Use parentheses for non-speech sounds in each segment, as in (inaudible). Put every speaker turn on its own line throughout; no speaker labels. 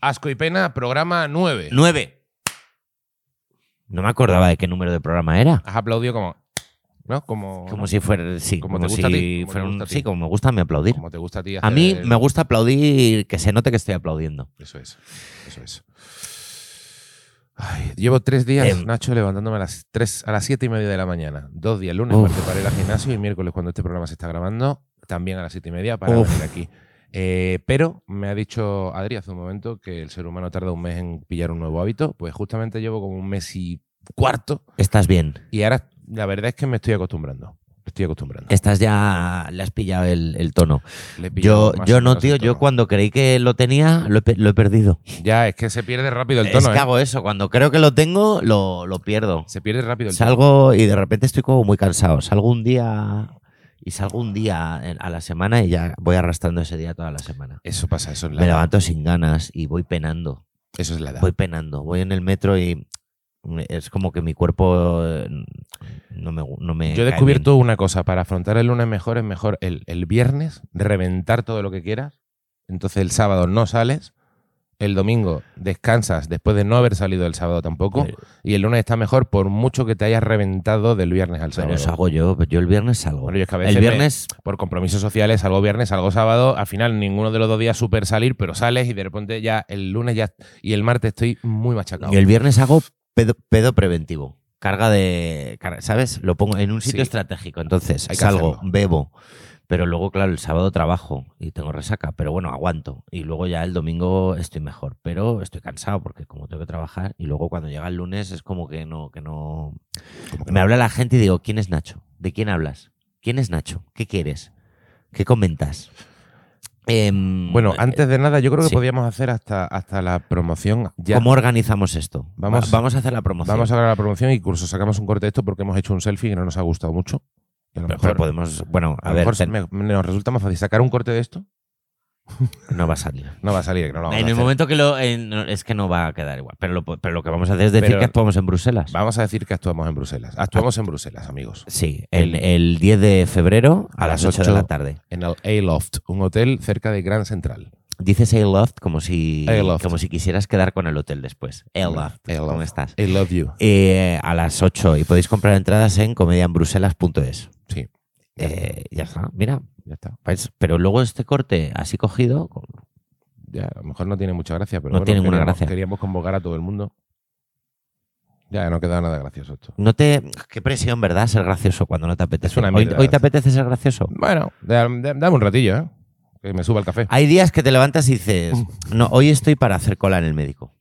Asco y Pena, programa 9.
Nueve. No me acordaba de qué número de programa era.
Has aplaudido como. ¿No? Como,
Como si fuera. Sí,
Como
como,
te
si
gusta a ti, como te
fuera un-
gusta a ti.
Sí, como me gusta a mí aplaudir.
como te gusta a ti.
A
hacer
mí
el-
me gusta aplaudir que se note que estoy aplaudiendo.
Eso es. Eso es. Ay, llevo tres días,
Em.
Nacho, levantándome a las, tres, a las siete y media de la mañana. Dos días, lunes,
Uf.
martes para ir al gimnasio y miércoles, cuando este programa se está grabando, también a las siete y media para
Uf.
venir aquí. Eh, pero me ha dicho Adri hace un momento que el ser humano tarda un mes en pillar un nuevo hábito. Pues justamente llevo como un mes y cuarto
Estás bien.
y ahora la verdad es que me estoy acostumbrando. Me Estoy acostumbrando.
Estás ya. Le has pillado el, el tono.
Le he pillado
Yo,
más o
yo no,
menos el
tío. Yo
tono.
cuando creí que lo tenía, lo he, pe- lo he perdido.
Ya, es que se pierde rápido el
es
tono.
que
¿eh?
hago eso. Cuando creo que lo tengo, lo, lo pierdo.
Se pierde rápido el tono.
Salgo y de repente estoy como muy cansado. Salgo un día. Y salgo un día en- a la semana y ya voy arrastrando ese día toda la semana.
Eso pasa, eso es la
Me
edad.
levanto sin ganas y voy penando.
Eso es la edad.
voy penando, voy en el metro y es como que mi cuerpo eh, no me... gu- No me
Yo he
cae
descubierto una cosa, para afrontar el lunes mejor es mejor el, el viernes reventar todo lo que quieras, entonces el sábado no sales, el domingo descansas después de no haber salido el sábado tampoco,
bien.
y el lunes está mejor por mucho que te hayas reventado del viernes al
Pero
sábado.
eso hago yo, yo el viernes salgo.
Bueno, yo es que a veces
el
me-
viernes,
por compromisos sociales, salgo viernes, salgo sábado, al final ninguno de los dos días super salir, pero sales y de repente ya el lunes ya y el martes estoy muy machacado.
yo el viernes hago pedo, pedo preventivo. Carga de... car- ¿Sabes? Lo pongo en un sitio
Sí.
estratégico. Entonces,
Hay que
salgo,
hacerlo.
bebo. Pero luego, claro, el sábado trabajo y tengo resaca. Pero bueno, aguanto. Y luego ya el domingo estoy mejor. Pero estoy cansado porque como tengo que trabajar. Y luego cuando llega el lunes es como que no, que no,
Como que
Me
no.
habla la gente y digo, ¿quién es Nacho? ¿De quién hablas? ¿Quién es Nacho? ¿Qué quieres? ¿Qué comentas? Em,
Mm, Bueno, antes de nada, yo creo que
sí.
podíamos hacer hasta, hasta la promoción ya.
¿Cómo organizamos esto?
Vamos-
Va- vamos a hacer la promoción.
Vamos a grabar la promoción y curso sacamos un corte de esto porque hemos hecho un selfie que no nos ha gustado mucho. Y a lo
Pero-
mejor,
pero podemos, bueno,
a
a,
lo
ver,
mejor
ten-
me- me- nos resulta más fácil sacar un corte de esto.
no va a salir.
No va a salir, que no lo vamos
En
a
el
hacer.
momento que lo. en- no, es que no va a quedar igual. Pero lo, po- pero lo que vamos a hacer es decir
Pero-
que actuamos en Bruselas.
Vamos a decir que actuamos en Bruselas. Actuamos en Bruselas, amigos.
Sí, el, el 10 de febrero a,
A
las
las
8 de la
ocho.
tarde.
En el A-Loft, un hotel cerca de Gran Central.
Dices A-Loft como si,
A-Loft.
como si quisieras quedar con el hotel después. A-Loft.
A-Loft.
¿Cómo estás?
I love you.
eh, a las 8 y podéis comprar entradas en comedianbruselas.es.
Sí,
Eh, ya está, mira.
ya está.
pues, pero luego este corte así cogido,
Ya, a lo mejor no tiene mucha gracia, pero
No
bueno,
tiene ninguna
queríamos,
gracia.
queríamos convocar a todo el mundo. Ya, no queda nada gracioso esto.
no te. Qué presión, ¿verdad? Ser gracioso cuando no te apetece.
Es una
hoy,
mierda, ¿eh?
hoy te
¿verdad?
apetece ser gracioso.
Bueno, da- da- dame un ratillo, ¿eh? Que me suba el café.
Hay días que te levantas y dices,
Mm.
no, hoy estoy para hacer cola en el médico.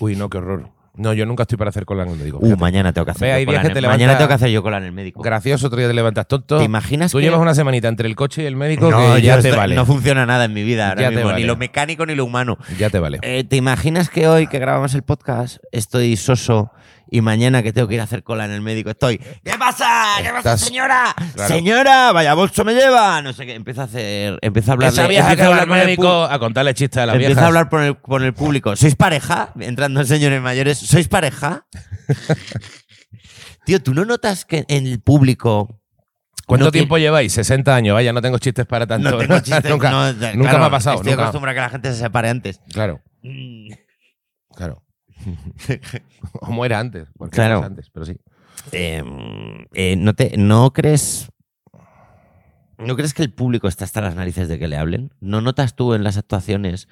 Uy, no, qué horror. No, yo nunca estoy para hacer cola en el médico.
Uh, mañana tengo que hacer
Pues Ve,
yo
hay
cola.
días
en
que
el-
te
mañana
levanta-
tengo que hacer yo cola en el médico.
gracioso, otro día te levantas tonto.
¿Te imaginas
Tú
que-
llevas una semanita entre el coche y el médico
No,
que
yo
ya te
estoy-
vale.
no funciona nada en mi vida ahora
Ya te
mismo,
vale.
ni lo mecánico ni lo humano.
Ya te vale.
Eh, ¿Te imaginas que hoy que grabamos el podcast estoy soso y mañana que tengo que ir a hacer cola en el médico estoy ¿Qué pasa? ¿Qué pasa,
Estás-
señora?
Claro.
Señora, vaya bolso me lleva. No sé qué. Empieza a hacer. Empieza a hablar
Esa vieja que
empieza
va
a
al
hablar con el
médico a contarle chistes a
pub-
la
Empieza
vieja.
a hablar por el, por el público. ¿Sois pareja? Entrando en señores mayores. ¿Sois
(laughs)
pareja? Tío, ¿tú no notas que en el público...
¿Cuánto
no tiene-
tiempo lleváis? 60 años. Vaya, no tengo chistes para tanto.
No tengo
(laughs)
chistes.
nunca
no,
nunca
claro,
me ha pasado.
Estoy
nunca.
acostumbrado a que la gente se separe antes.
Claro,
Mm.
claro.
(laughs)
(laughs) o muera antes. Porque
Claro.
es Antes, pero sí.
Eh, eh, ¿no, te, ¿No crees... ¿No crees que el público está hasta las narices de que le hablen? ¿No notas tú en las actuaciones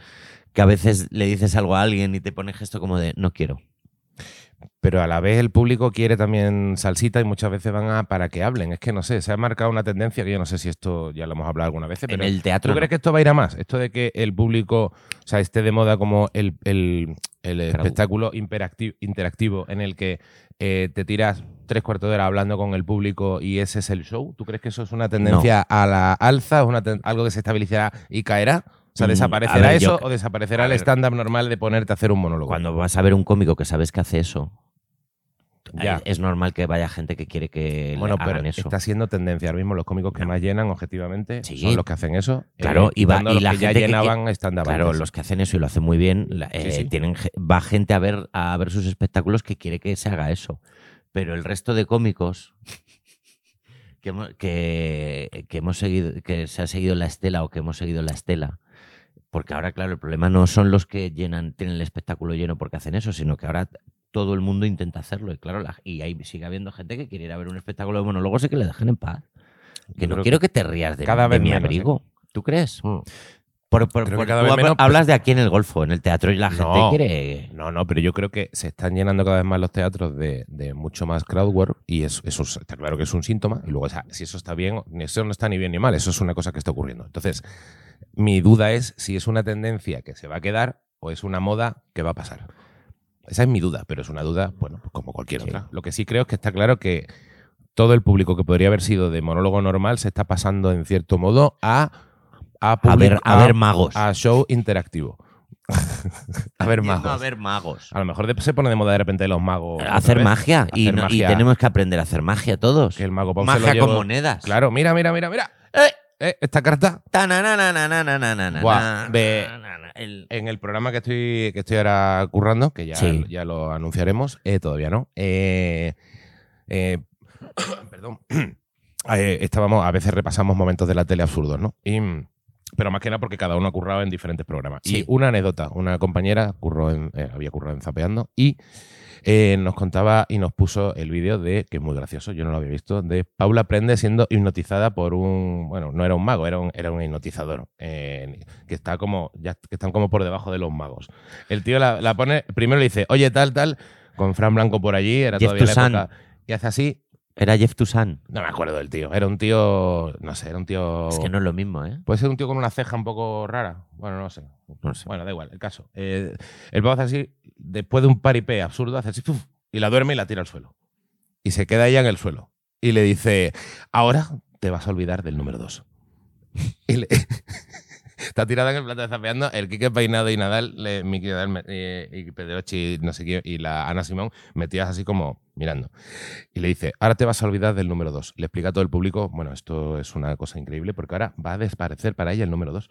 que a veces le dices algo a alguien y te pone gesto como de no quiero?
Pero a la vez el público quiere también salsita y muchas veces van a para que hablen. Es que no sé, se ha marcado una tendencia que yo no sé si esto ya lo hemos hablado alguna vez, pero
en el
¿Tú
teatro.
crees que esto va a ir a más? Esto de que el público o sea, esté de moda como el, el- el espectáculo imperacti- interactivo en el que eh, te tiras tres cuartos de hora hablando con el público y ese es el show. ¿Tú crees que eso es una tendencia a la alza? ¿Es una ten- algo que se estabilizará y caerá? O sea,
Mm,
¿desaparecerá
a ver,
eso
yo-
o desaparecerá
a
el
ver.
stand-up normal de ponerte a hacer un monólogo?
Cuando vas a ver un cómico que sabes que hace eso,
Ya.
es normal que vaya gente que quiere que
Bueno,
le hagan
pero
eso.
está siendo tendencia. Ahora mismo los cómicos que
No.
más llenan, objetivamente,
Sí.
son los que hacen eso. eh,
Claro, y va-
quitando
y
los
la
que ya
gente que
llenaban stand-up.
Claro,
antes.
los que hacen eso y lo hacen muy bien, la- eh,
sí.
tienen ge- va gente a ver, a ver sus espectáculos que quiere que se haga eso. Pero el resto de cómicos que hemos, que, que hemos seguido, que se ha seguido la estela o que hemos seguido la estela, Porque ahora, claro, el problema no son los que llenan, tienen el espectáculo lleno porque hacen eso, sino que ahora todo el mundo intenta hacerlo. Y claro, la- y ahí sigue habiendo gente que quiere ir a ver un espectáculo de monólogos y que le dejen en paz. Que
Yo
no
creo
quiero que te rías de,
cada
de
vez
mi
menos, ¿eh?
abrigo. ¿Tú crees?
Mm.
Por- por-
Creo que
por-
cada
tú
vez
hab-
menos,
hablas de aquí en el golfo, en el teatro, y la gente
No.
quiere.
No, no, pero yo creo que se están llenando cada vez más los teatros de, de mucho más crowdwork y eso, eso es- está claro que es un síntoma. Y luego, o sea, si eso está bien, eso no está ni bien ni mal, eso es una cosa que está ocurriendo. Entonces, mi duda es si es una tendencia que se va a quedar o es una moda que va a pasar. Esa es mi duda, pero es una duda, bueno, pues como cualquier
Sí.
otra. Lo que sí creo es que está claro que todo el público que podría haber sido de monólogo normal se está pasando en cierto modo a a,
A ver,
public-
a ver magos.
a show interactivo. (laughs) a
(laughs)
ver
Yendo
magos.
A ver magos.
A lo mejor de- se pone de moda de repente los magos.
hacer
¿sabes?
magia, y,
Hacer
no- y
magia.
tenemos que aprender a hacer magia todos.
Que el mago Pau se
magia
lo
con
llevó-
monedas.
Claro, mira, mira, mira, mira.
¡Eh!
Eh, esta carta
Tanananananananana.
Buah, de-
El-
en el programa que estoy, que estoy ahora currando, que ya,
Sí.
ya lo anunciaremos, eh, todavía no. Eh, eh, (coughs) perdón. (coughs) Eh, estábamos, a veces repasamos momentos de la tele absurdos, ¿no? Y, mm, pero más que nada porque cada uno ha currado en diferentes programas.
Sí.
Y una anécdota, una compañera curró en- eh, había currado en Zapeando y eh, nos contaba y nos puso el vídeo de, que es muy gracioso, yo no lo había visto, de Paula Prende siendo hipnotizada por un, bueno, no era un mago, era un, era un hipnotizador, eh, que está como, ya que están como por debajo de los magos. El tío la, la pone, primero le dice, oye, tal, tal, con Fran Blanco por allí, era
Jeff
todavía la
Toussaint.
época, y hace así,
Era Jeff Toussaint.
no me acuerdo del tío, era un tío, no sé, era un tío...
Es que no es lo mismo, ¿eh?
Puede ser un tío con una ceja un poco rara. Bueno, no sé.
No sé.
Bueno, da igual, el caso. Eh, el pavo hace así, después de un paripé absurdo, hace así, ¡puf! y la duerme y la tira al suelo. Y se queda ella en el suelo. Y le dice, ahora te vas a olvidar del número dos. (laughs) Y le- (laughs) Está tirada en el plato de zapeando. El Quique Peinado y Nadal, le, Miki Nadal me- eh, y Pedrochi, no sé quién, y la Ana Simón, metidas así como mirando. Y le dice, ahora te vas a olvidar del número 2. Le explica a todo el público, bueno, esto es una cosa increíble porque ahora va a desaparecer para ella el número 2.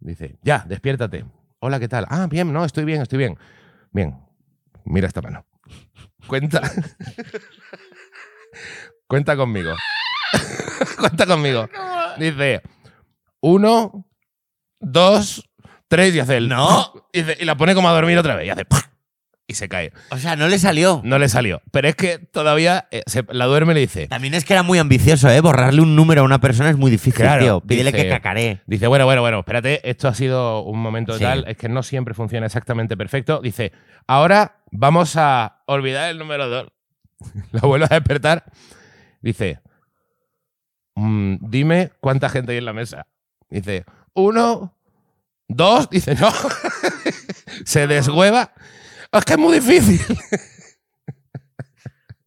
Dice, ya, despiértate. Hola, ¿qué tal? Ah, bien, no, estoy bien, estoy bien. Bien, mira esta mano. Cuenta. (laughs) Cuenta conmigo. (laughs) Cuenta conmigo. Dice, uno, dos, tres y hace el...
No.
Dice, y la pone como a dormir otra vez y hace... ¡pah! Y se cae.
O sea, no le salió.
No le salió. Pero es que todavía eh, se- la duerme y le dice.
También es que era muy ambicioso, ¿eh? Borrarle un número a una persona es muy difícil,
Claro,
tío. Pídele
dice-
que cacaré.
Dice, bueno, bueno, bueno, espérate, esto ha sido un momento
Sí.
tal, es que no siempre funciona exactamente perfecto. Dice, ahora vamos a olvidar el número (laughs) 2. la vuelve a despertar. Dice, "Mm, dime cuánta gente hay en la mesa. Dice, uno, dos. Dice, no. (laughs) Se deshueva. Es que es muy difícil.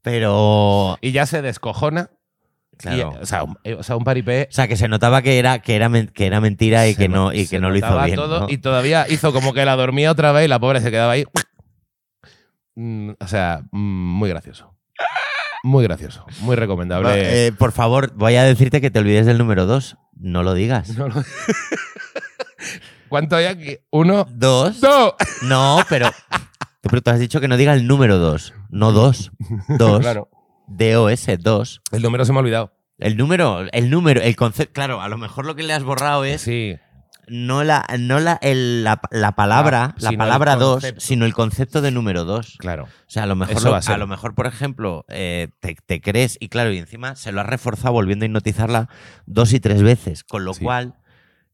Pero.
Y ya se descojona. Y,
Claro.
o, sea, un, eh, o sea, un paripé
O sea, que se notaba que era, que era, men- que era mentira y
Se
que
no-
no, y
se
que no lo hizo
notaba
bien.
todo
¿no?
Y todavía hizo como que la dormía otra vez y la pobre se quedaba ahí. Mm, o sea, mm, muy gracioso. Muy gracioso. Muy recomendable.
Eh, por favor, voy a decirte que te olvides del número 2. No lo digas.
No lo- (laughs) ¿Cuánto hay aquí? Uno.
¿Dos?
¡Dos!
No, pero. Pero tú has dicho que no diga el número 2, no 2. 2.
Claro.
DOS, 2.
El número se me ha olvidado.
El número, el número, el concepto. Claro, a lo mejor lo que le has borrado es
Sí.
no la, no la, el- la, la palabra,
Ah,
la
sino
palabra
el
2,
concepto.
sino el concepto de número 2.
Claro.
O sea, a lo mejor,
Eso
lo-
va a ser.
a lo mejor por ejemplo, eh, te, te crees, y claro, y encima se lo has reforzado volviendo a hipnotizarla dos y tres veces, con lo
Sí.
cual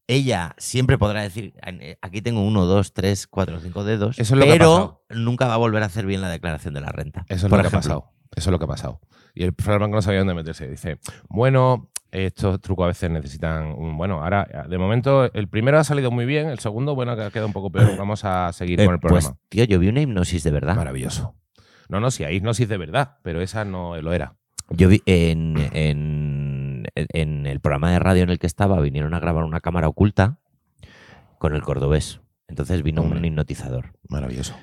ella siempre podrá decir, "Eh, aquí tengo uno, dos, tres, cuatro, cinco dedos,
Eso es lo que ha
pero
pasado.
nunca va a volver a hacer bien la declaración de la renta.
Eso es
por
lo que ha
ejemplo.
pasado. Eso es lo que ha pasado. Y el Fran Blanco no sabía dónde meterse. Dice, bueno, estos trucos a veces necesitan un. Bueno, ahora, de momento, el primero ha salido muy bien, el segundo, bueno, que queda un poco peor.
(laughs)
Vamos a seguir
Eh,
con el programa.
Pues, tío, yo vi una hipnosis de verdad.
Maravilloso. No, no, si hay hipnosis de verdad, pero esa no lo era.
Yo vi en, en- en el programa de radio en el que estaba, vinieron a grabar una cámara oculta con el cordobés. Entonces vino un
Hombre.
hipnotizador.
Maravilloso.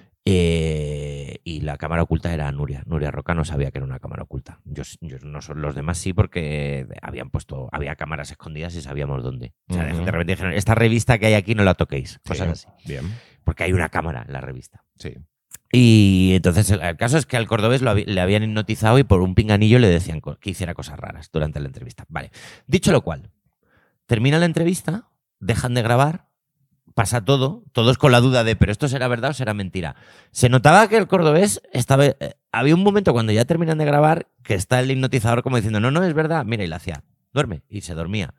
Eh, y la cámara oculta era Nuria. Nuria Roca no sabía que era una cámara oculta. Yo, s- yo no son los demás sí porque habían puesto había cámaras escondidas y sabíamos dónde. O sea, de-
Ujú.
de repente dijeron esta revista que hay aquí no la toquéis, cosas así,
Bien.
porque hay una cámara en la revista.
Sí.
Y entonces el, el caso es que al cordobés lo habi- le habían hipnotizado y por un pinganillo le decían co- que hiciera cosas raras durante la entrevista. Vale. Dicho lo cual, termina la entrevista, dejan de grabar, pasa todo, todos con la duda de, pero esto será verdad o será mentira. Se notaba que el cordobés estaba. eh, había un momento cuando ya terminan de grabar que está el hipnotizador como diciendo, no, no, es verdad. Mira, y le hacía, duerme. Y se dormía.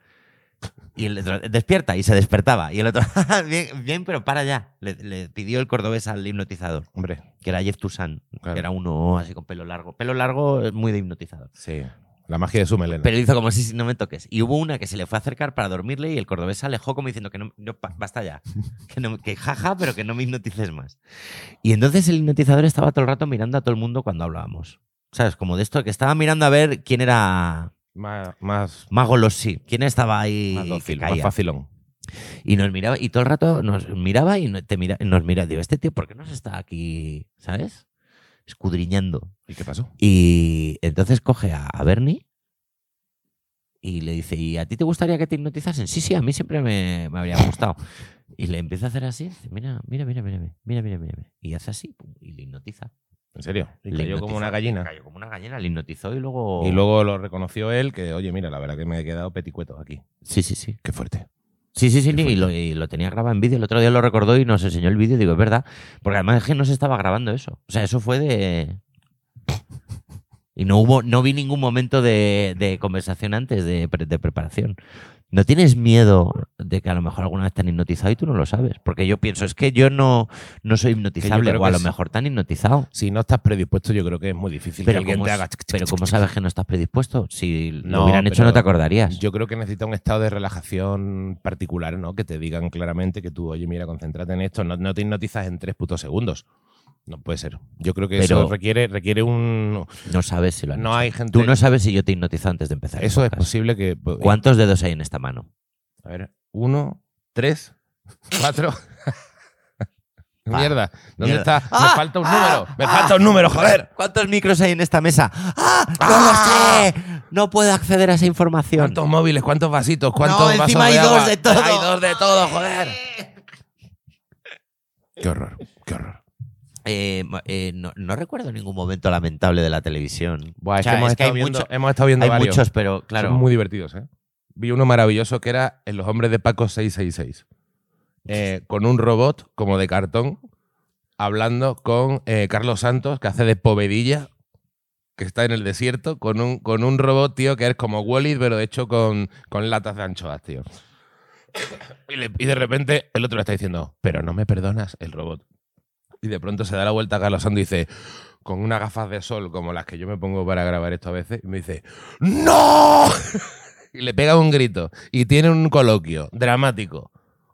Y el otro, despierta, y se despertaba. Y el otro, (laughs) bien, bien, pero para ya. Le, le pidió el cordobés al hipnotizador,
Hombre,
que era Jeff Toussaint,
Claro.
que era uno así con pelo largo. Pelo largo es muy de hipnotizador.
sí. La magia de su melena.
Pero hizo como si no me toques. Y hubo una que se le fue a acercar para dormirle y el cordobés se alejó como diciendo que no, no, pa- basta ya. Que, no, que jaja, pero que no me hipnotices más. Y entonces el hipnotizador estaba todo el rato mirando a todo el mundo cuando hablábamos. ¿Sabes? Como de esto, que estaba mirando a ver quién era
más, más,
Mago Lossi, quién estaba ahí.
más
que
dócil, más
caía.
facilón.
y nos miraba, y todo el rato nos miraba y no- te mira, nos miraba. Digo, este tío, ¿por qué nos está aquí, ¿sabes? Escudriñando.
¿Y qué pasó?
Y entonces coge a, a Bernie y le dice, ¿y a ti te gustaría que te hipnotizasen? Sí, sí, a mí siempre me, me habría gustado. Y le empieza a hacer así, dice, mira, mira, mira, mira, mira, mira, mira, mira, mira. Y hace así, pum, y le hipnotiza.
¿En serio? Y
Le
cayó como
hipnotiza,
una gallina.
Cayó como una gallina, le hipnotizó y luego...
Y luego lo reconoció él que, oye, mira, la verdad que me he quedado peticueto aquí.
Sí, sí, sí.
Qué fuerte.
Sí, sí, sí,
Qué
y lo, y lo tenía grabado en vídeo. El otro día lo recordó y nos enseñó el vídeo y digo, es verdad. Porque además es que no se estaba grabando eso. O sea, eso fue de. Y no hubo, no vi ningún momento de, de conversación antes de, pre- de preparación. ¿No tienes miedo de que a lo mejor alguna vez te han hipnotizado y tú no lo sabes? Porque yo pienso, es que yo no, no soy hipnotizable,
creo
o a
que
lo
sí.
mejor te han hipnotizado.
Si no estás predispuesto, yo creo que es muy difícil que
Pero
alguien
como,
te
es-
haga...
pero ¿cómo sabes que no estás predispuesto? Si lo
No,
hubieran hecho no
pero
te acordarías.
Yo creo que necesita un estado de relajación particular, ¿no? Que te digan claramente que tú, oye, mira, concéntrate en esto, no, no te hipnotizas en tres putos segundos. No puede ser. Yo creo que
Pero-
eso requiere, requiere un...
no sabes si lo han
No
hecho.
hay gente...
Tú no sabes si yo te hipnotizo antes de empezar. el
eso es
podcast.
posible que... pues, eh,
¿Cuántos dedos hay en esta mano?
A ver, uno, tres, cuatro... (laughs)
Pa.
Mierda, ¿dónde
Mierda.
está? Me
¡Ah!
falta un
¡Ah!
número, me
¡Ah!
falta un número, joder.
¿Cuántos micros hay en esta mesa? ¡Ah! ¡No
¡Ah!
lo sé! No puedo acceder a esa información.
¿Cuántos móviles? ¿Cuántos vasitos? ¿Cuántos
No,
vasos
encima hay
de
dos
agua?
de todo.
Hay dos de todo, joder. Qué horror, qué horror.
Eh, ma- eh, no, no recuerdo ningún momento lamentable de la televisión.
Buah,
O
es
sea,
que hemos, estado
hay,
viendo,
mucho-
hemos estado viendo
hay
varios.
muchos, pero claro.
Son muy divertidos, ¿eh? Vi uno maravilloso que era en Los Hombres de Paco 666. Eh, con un robot como de cartón hablando con eh, Carlos Santos, que hace de povedilla, que está en el desierto, con un, con un robot, tío, que es como Wally, pero hecho con, con latas de anchoas, tío. Y, le- y de repente el otro le está diciendo, pero no me perdonas, el robot. Y de pronto se da la vuelta a Carlos Santos y dice, con unas gafas de sol como las que yo me pongo para grabar esto a veces, y me dice, ¡No! (laughs) y le pega un grito. Y tiene un coloquio dramático.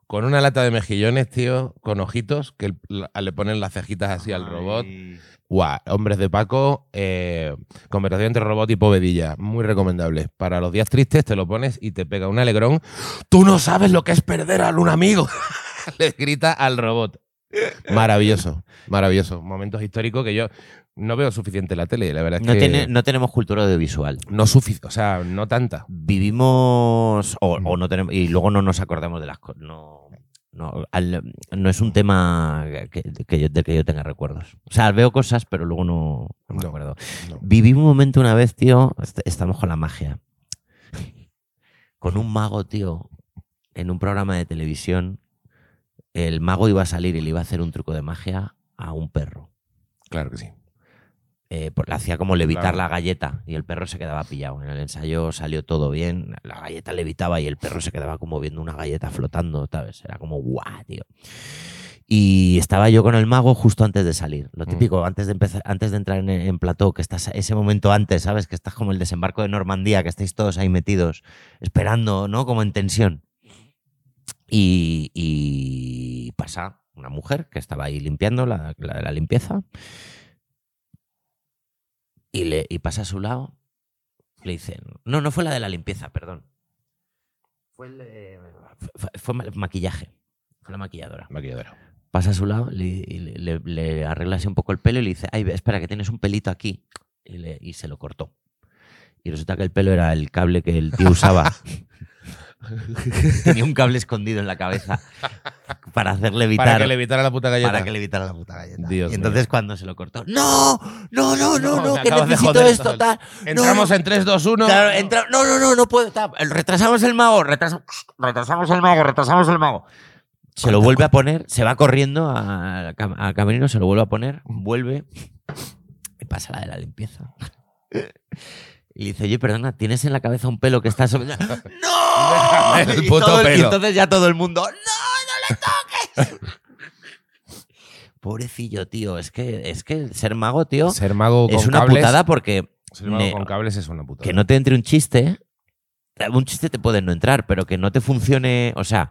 Con una lata de mejillones, tío, con ojitos, que el- la- le ponen las cejitas así al robot.
Ay.
Guau, Hombres de Paco, eh, conversación entre robot y povedilla. Muy recomendable. Para los días tristes te lo pones y te pega un alegrón. Tú no sabes lo que es perder a un amigo. (laughs) Le grita al robot. Maravilloso, maravilloso. Momentos históricos que yo no veo suficiente en la tele, la verdad es
No,
que
tiene- no tenemos cultura audiovisual.
no suficiente, o sea, no tanta.
Vivimos o, o no tenemos y luego no nos acordamos de las cosas. No, no, al- no es un tema que, que yo, del que yo tenga recuerdos. O sea, veo cosas, pero luego no, no me
No.
acuerdo.
No.
Viví un momento una vez, tío, est- estamos con la magia. Con un mago, tío, en un programa de televisión, el mago iba a salir y le iba a hacer un truco de magia a un perro.
Claro que sí.
Eh, por- le hacía como levitar
Claro.
la galleta y el perro se quedaba pillado. En el ensayo salió todo bien, la galleta levitaba y el perro se quedaba como viendo una galleta flotando, ¿sabes? Era como guau, tío. Y estaba yo con el mago justo antes de salir. Lo
Mm.
típico, antes de empezar, antes de entrar en, en plató, que estás ese momento antes, ¿sabes? Que estás como el desembarco de Normandía, que estáis todos ahí metidos, esperando, ¿no? Como en tensión. Y, y pasa una mujer que estaba ahí limpiando la, la de la limpieza. Y, le, y pasa a su lado. Le dicen, no, no fue la de la limpieza, perdón. Fue, el, eh, fue- fue ma- maquillaje. Fue la maquilladora
Maquilladora.
pasa a su lado le, y le- le- le arregla así un poco el pelo y le dice, ay, espera, que tienes un pelito aquí. Y, le- y se lo cortó. Y resulta que el pelo era el cable que el tío usaba. (laughs) Tenía un cable escondido en la cabeza para hacer levitar.
Para que le evitara la puta galleta.
para que levitara la puta galleta.
Dios
y entonces cuando se lo cortó, ¡no! ¡No, no, no,
No,
no!
me
¡Que
acabas de
necesito
joder,
esto,
Sol.
tal!
Entramos en 3, 2, 1.
Claro, entra- no, no, no, no puedo. ta- retrasamos el mago, retrasamos, retrasamos el mago, retrasamos el mago. se lo vuelve a poner, se va corriendo a, cam- a Camerino, se lo vuelve a poner, vuelve y pasa la de la limpieza. Y le dice, oye, perdona, ¿tienes en la cabeza un pelo que está (laughs) sobre... (laughs) ¡No!
El
Y
puto
todo el- y
pelo.
entonces ya todo el mundo, ¡no, no le toques! (laughs) Pobrecillo, tío, es que, es que ser mago, tío,
Ser mago con
es una
cables.
putada porque
Ser mago
Ne-
con cables es una putada.
que no te entre un chiste. eh, Un chiste te puede no entrar, pero que no te funcione. O sea,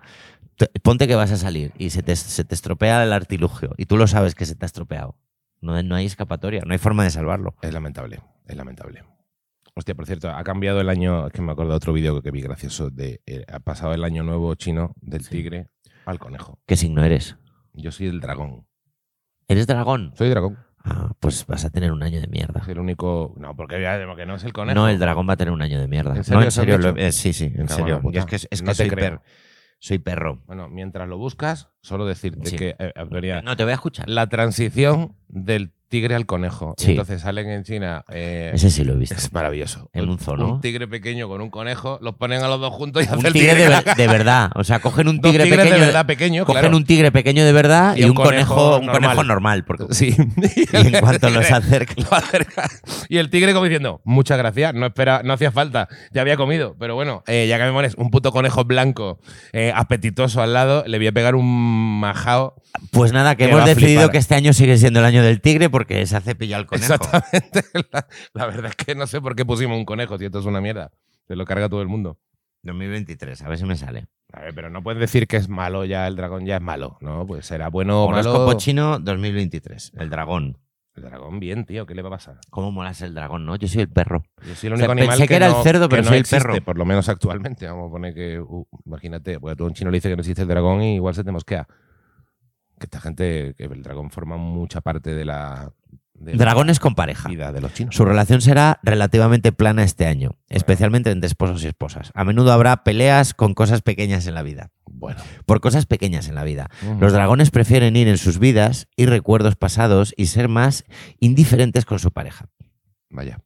te- ponte que vas a salir y se te, se te estropea el artilugio y tú lo sabes que se te ha estropeado. No, no hay escapatoria, no hay forma de salvarlo.
Es lamentable, es lamentable. Hostia, por cierto, ha cambiado el año. Es que me acuerdo de otro vídeo que vi gracioso. De, eh, ha pasado el año nuevo chino del tigre al conejo.
¿Qué signo eres?
Yo soy el dragón.
¿Eres dragón?
Soy dragón.
Ah, pues vas a tener un año de mierda.
Es el único. No, porque obviamente que no es el conejo.
No, el dragón va a tener un año de mierda.
¿En
No,
serio
en
se han
serio. lo-
dicho?
eh, sí, sí, en
Cago en la
serio.
puta.
Es que, es que
No te
soy,
creo.
per- soy perro.
Bueno, mientras lo buscas, solo decirte
Sí.
que eh, habría
No, te voy a escuchar.
la transición del tigre al conejo. Y
Sí.
entonces salen en China. eh,
Ese sí lo he
(laughs)
visto.
es maravilloso.
En un zoo, ¿no?
Un tigre pequeño con un conejo, los ponen a los dos juntos y hacen
Un
el
tigre de,
tigre.
ver- de verdad. O sea, cogen un
Dos
tigre
tigres
pequeño.
de verdad pequeño,
cogen
claro.
un tigre pequeño de verdad y, un, conejo, un
normal.
conejo normal. Porque,
Sí.
(laughs) y en cuanto
(laughs)
los
Tigre.
acercan.
Lo acerca. Y el tigre como diciendo, muchas gracias, no espera, no hacía falta, ya había comido, pero bueno, eh, ya que me pones un puto conejo blanco eh, apetitoso al lado, le voy a pegar un majao.
Pues nada, que
Que va
hemos
a
decidido
flipar.
que este año sigue siendo el año del tigre porque se hace pillar el conejo.
Exactamente. (laughs) La, la verdad es que no sé por qué pusimos un conejo, si esto es una mierda. Se lo carga todo el mundo.
2023, a ver si me sale.
A ver, pero no puedes decir que es malo ya, el dragón ya es malo, ¿no? Pues será bueno o malo.
Horóscopo chino 2023, el dragón.
El dragón bien, tío, ¿qué le va a pasar?
¿Cómo molas el dragón, no? Yo soy el perro.
Yo soy el
O sea,
único animal
pensé que era el
no-
cerdo, pero
no
soy el
existe,
perro.
Por lo menos actualmente. Vamos a poner que. uh, imagínate, porque tú a un chino le dice que no existe el dragón y igual se te mosquea. Que esta gente. Que el dragón forma mucha parte de la. de la
Dragones con pareja.
vida de los chinos.
Su relación será relativamente plana este año, especialmente entre esposos y esposas. A menudo habrá peleas con cosas pequeñas en la vida.
Bueno.
Por cosas pequeñas en la vida.
Mm.
Los dragones prefieren ir en sus vidas y recuerdos pasados y ser más indiferentes con su pareja.
Vaya.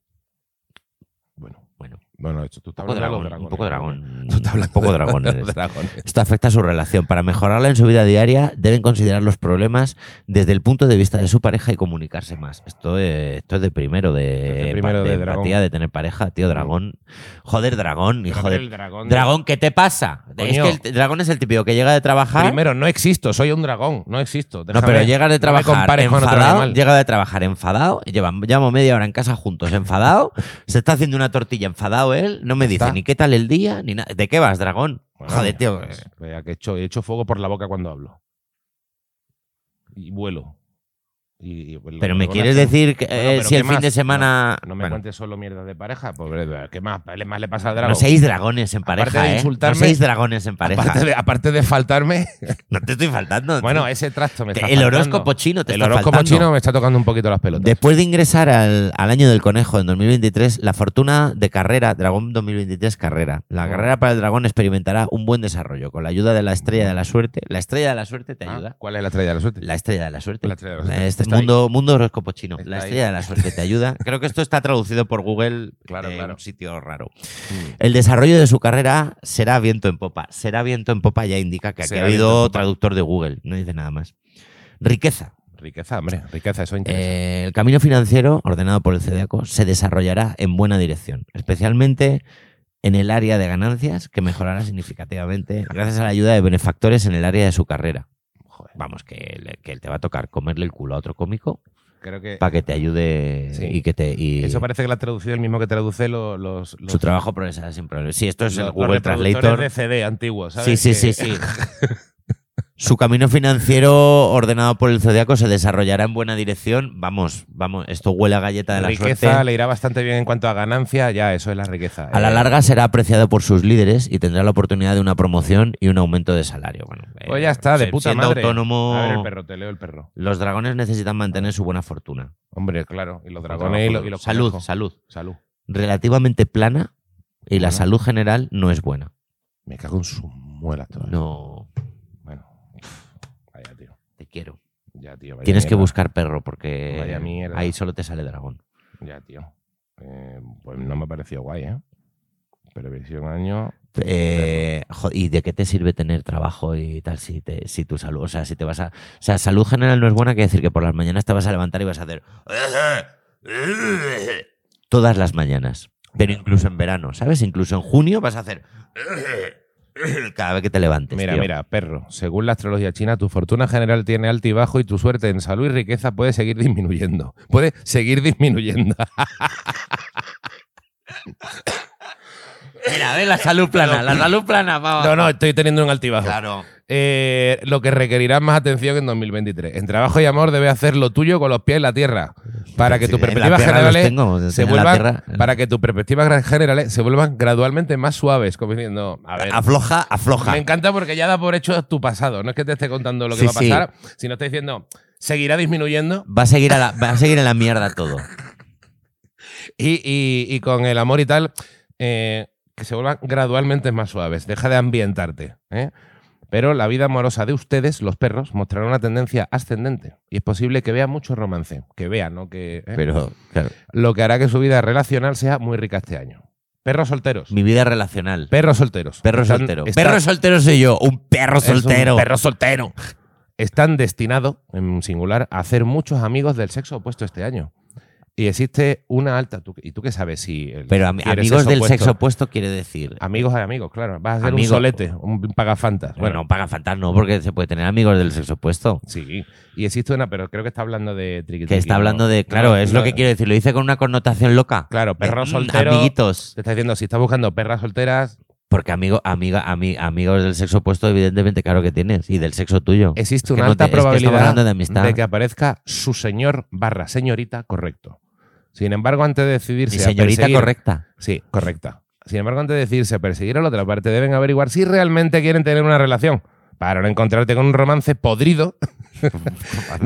Bueno.
Bueno,
Bueno, esto tú estás
un poco
hablando
dragón.
de los
Un poco
dragones, (laughs)
dragón.
Tú estás
Un
hablando
poco
de-
dragón
de
eres.
los dragones.
Esto afecta a su relación. Para mejorarla en su vida diaria, deben considerar los problemas desde el punto de vista de su pareja y comunicarse más. Esto es, esto es de primero,
Es
de,
de primero
de
de dragón.
empatía, de tener pareja, tío, dragón. Joder, dragón, hijo
Pero
de...
el dragón.
Dragón, ¿qué te pasa?
Coño.
Es que el dragón es el típico que llega de trabajar...
Primero, no existo, soy un dragón, no existo.
No,
déjame-
pero llega de
no me
trabajar
compares con otro
enfadado,
animal.
llega de trabajar enfadado, llevan, llevamos media hora en casa juntos enfadado, se está haciendo una tortilla enfadado él, no me dice
Está.
ni qué tal el día, ni nada. ¿De qué vas, dragón?
Bueno,
Joder, tío.
pues, vea que he hecho, he hecho fuego por la boca cuando hablo. Y vuelo. Y- y- pues,
Pero
lo
me
que
quieres
van a hacer-
decir que,
Bueno,
eh,
pero
si
¿qué
el fin
más?
de semana...
No me
Bueno,
cuentes solo mierdas de pareja. Pobre, ¿Qué más, ¿Qué más le pasa al
no
dragón?
seáis dragones en
Aparte
pareja,
de
¿eh? No
insultarme-
seáis dragones en
(laughs)
pareja. ¿eh?
Aparte, de, aparte de
(laughs)
faltarme.
No te estoy faltando.
bueno,
tío.
ese trasto me
Te-
está
el
faltando.
horóscopo chino te
El
está
horóscopo
faltando.
chino me está tocando un poquito las pelotas.
Después de ingresar al, al año del conejo en 2023, la fortuna de carrera, Dragón 2023 carrera. La
Ah.
carrera para el dragón experimentará un buen desarrollo con la ayuda de la estrella de la suerte. La estrella de la suerte te
Ah,
ayuda.
¿Cuál es la estrella de la suerte?
La estrella de la suerte.
La estrella de la suerte.
Este
Está
mundo, mundo horóscopo chino.
Está
la
ahí.
estrella de la suerte te ayuda. Creo que esto está traducido por Google eh,
Claro,
en
claro.
un sitio raro.
Mm.
El desarrollo de su carrera será viento en popa. Será viento en popa ya indica que aquí
Será
ha
viento en
habido
popa.
traductor de Google. No dice nada más. Riqueza.
Riqueza, hombre. Riqueza, eso interesa.
Eh, el camino financiero ordenado por el CEDEACO se desarrollará en buena dirección, especialmente en el área de ganancias, que mejorará significativamente gracias a la ayuda de benefactores en el área de su carrera.
Joder,
Vamos, que, le- que te va a tocar comerle el culo a otro cómico
creo que
para que te ayude
Sí.
y que te. y
eso parece que la ha traducido el mismo que traduce lo- los, los,
su trabajo progresará sin problema. Sí, esto es el
los- los
Google
reproductores
Translator.
de CD antiguos,
Sí,
¿sabes?
sí,
Que-
sí, sí. (laughs) Su camino financiero ordenado por el zodiaco se desarrollará en buena dirección. Vamos, vamos, esto huele a galleta de la
riqueza
suerte.
le irá bastante bien en cuanto a ganancia, ya eso es la riqueza.
A la
Eh,
larga será apreciado por sus líderes y tendrá la oportunidad de una promoción y un aumento de salario. Bueno, eh,
Pues ya está, de
si-
puta
siendo
madre.
autónomo,
A ver el perro, te leo el perro.
los dragones necesitan mantener su buena fortuna.
Hombre, claro, y los dragones y, lo- y los
salud,
conejos.
salud.
Salud.
Relativamente plana y la
Bueno.
salud general no es buena.
Me cago en su muela todo.
No,
Bueno. Vaya, tío.
te quiero.
Ya, tío. vaya
Tienes que
mierda.
buscar perro porque
Vaya mierda.
ahí solo te sale dragón.
Ya, tío. Eh, pues no me pareció guay, ¿eh? Previsión año.
Eh, jo- ¿Y de qué te sirve tener trabajo y tal si, te, si tu salud, o sea, si te vas a... O sea, salud general no es buena, que decir que por las mañanas te vas a levantar y vas a hacer... Todas las mañanas, pero incluso en verano, ¿sabes? Incluso en junio vas a hacer... Cada vez que te levantes.
Mira,
tío.
mira, perro. Según la astrología china, tu fortuna general tiene alto y bajo y tu suerte en salud y riqueza puede seguir disminuyendo. Puede seguir
(laughs)
disminuyendo.
Mira, ve la salud plana, la salud plana, vamos.
No, no, estoy teniendo un altibajo.
Claro.
Eh, lo que requerirá más atención en 2023. En trabajo y amor debes hacer lo tuyo con los pies en la tierra. Para que
Sí,
tus
en la
perspectivas
tierra los
generales
tengo, en
se
la
vuelvan.
tierra, en-
Para que tus perspectivas gra- generales se vuelvan gradualmente más suaves. Como diciendo, a ver.
Afloja, afloja.
Me encanta porque ya da por hecho tu pasado. No es que te esté contando lo que
Sí,
va a
sí.
pasar, sino está diciendo, seguirá disminuyendo.
Va a, seguir a la, va a seguir en la mierda
(laughs)
todo.
¿Eh? Y, y- y con el amor y tal, eh, que se vuelvan gradualmente más suaves. Deja de ambientarte. ¿eh? Pero la vida amorosa de ustedes, los perros, mostrará una tendencia ascendente. Y es posible que vea mucho romance. Que vea, ¿no? Que, ¿eh?
Pero, claro,
Lo que hará que su vida relacional sea muy rica este año. Perros solteros.
mi vida relacional.
Perros solteros.
Perro
Están-
soltero.
están-
Perro soltero soy yo, un perro
Es un
soltero.
perro soltero. Están destinados, en singular, a hacer muchos amigos del sexo opuesto este año. Y existe una alta. ¿tú- ¿Y tú qué sabes si.? el-
Pero ami-
quieres
amigos
sexo
del
opuesto? Ah,
sexo opuesto quiere decir.
Amigos de amigos, claro. Vas a ser un
Amigo.
solete, un pagafantas.
Bueno,
Bueno,
no paga fantasma, porque se puede tener amigos del sexo opuesto.
sí. Y existe una, pero creo que está hablando de triqui
Que está hablando de. Claro, es lo que quiero decir. Lo dice con una connotación loca.
Claro, perro
Mm,
soltero.
Amiguitos.
Te está diciendo, si estás buscando perras solteras,
Porque amigo, amiga, ami- amigos del sexo opuesto, evidentemente, claro que tienes. Y del sexo tuyo.
existe
que
una
no
alta
te- es que estamos
probabilidad
hablando de amistad.
que aparezca su señor barra señorita correcto. Sin embargo, antes de decidirse
Mi
a
señorita
perseguir- (laughs)
correcta.
Sí, correcta. Sin embargo, antes de decidirse a perseguir a la otra parte, deben averiguar si realmente quieren tener una relación. Para no encontrarte con un romance
(laughs)
podrido,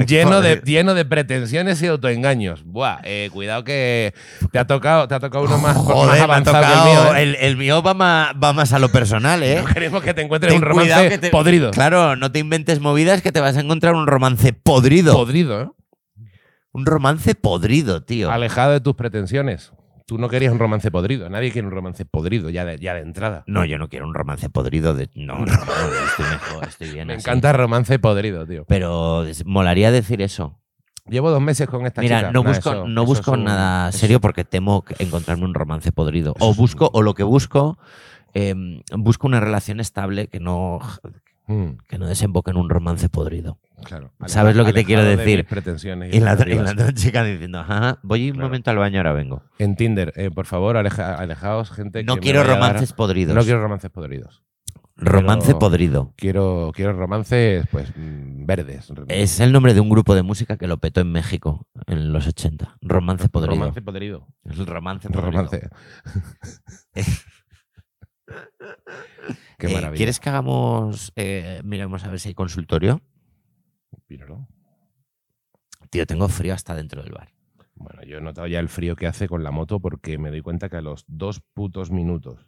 lleno de, lleno de pretensiones y autoengaños. Buah, eh, cuidado que te ha tocado, te ha tocado uno más,
Joder,
más
me ha
avanzado que el
tocado-
mío. ¿eh?
el, el mío va más, va más a lo personal, ¿eh?
No (laughs) queremos que te encuentres
Ten
un
cuidado
romance
que te-
podrido.
Claro, no te inventes movidas que te vas a encontrar un romance podrido.
Podrido, ¿eh?
un romance podrido, tío.
Alejado de tus pretensiones. Tú no querías un romance podrido. Nadie quiere un romance podrido ya de, ya de entrada.
No, yo no quiero un romance podrido. De... No, no, no, estoy mejor, estoy bien.
Me
así.
encanta romance podrido, tío.
Pero es- molaría decir eso.
Llevo dos meses con esta
Mira,
chica.
no
Nah,
busco,
eso-
no
eso
busco
es un-
nada
eso-
serio porque temo que- encontrarme un romance podrido.
Eso
O
es
busco, o lo que busco, eh, busco una relación estable que no,
Mm.
que no desemboque en un romance podrido.
Claro.
(laughs) ¿Sabes lo que te quiero
Alejado de
decir?
mis pretensiones y
Y la, y la
expectativas.
otra chica diciendo, ajá, voy un
Claro.
momento al baño, ahora vengo.
En Tinder, eh, por favor, aleja- alejaos, gente.
No
que me
quiero
vaya a dar-
romances podridos.
No quiero romances podridos.
romance
pero-
podrido.
Quiero, quiero romances, pues, mm, verdes.
Es el nombre de un grupo de música que lo petó en México en los 80. Romance podrido.
Romance podrido.
El romance podrido. (laughs)
Romance. (laughs) Qué
Eh,
maravilla.
¿Quieres que hagamos, eh, miremos a ver si hay consultorio?
Míralo.
Tío, tengo frío hasta dentro del bar.
Bueno, yo he notado ya el frío que hace con la moto porque me doy cuenta que a los dos putos minutos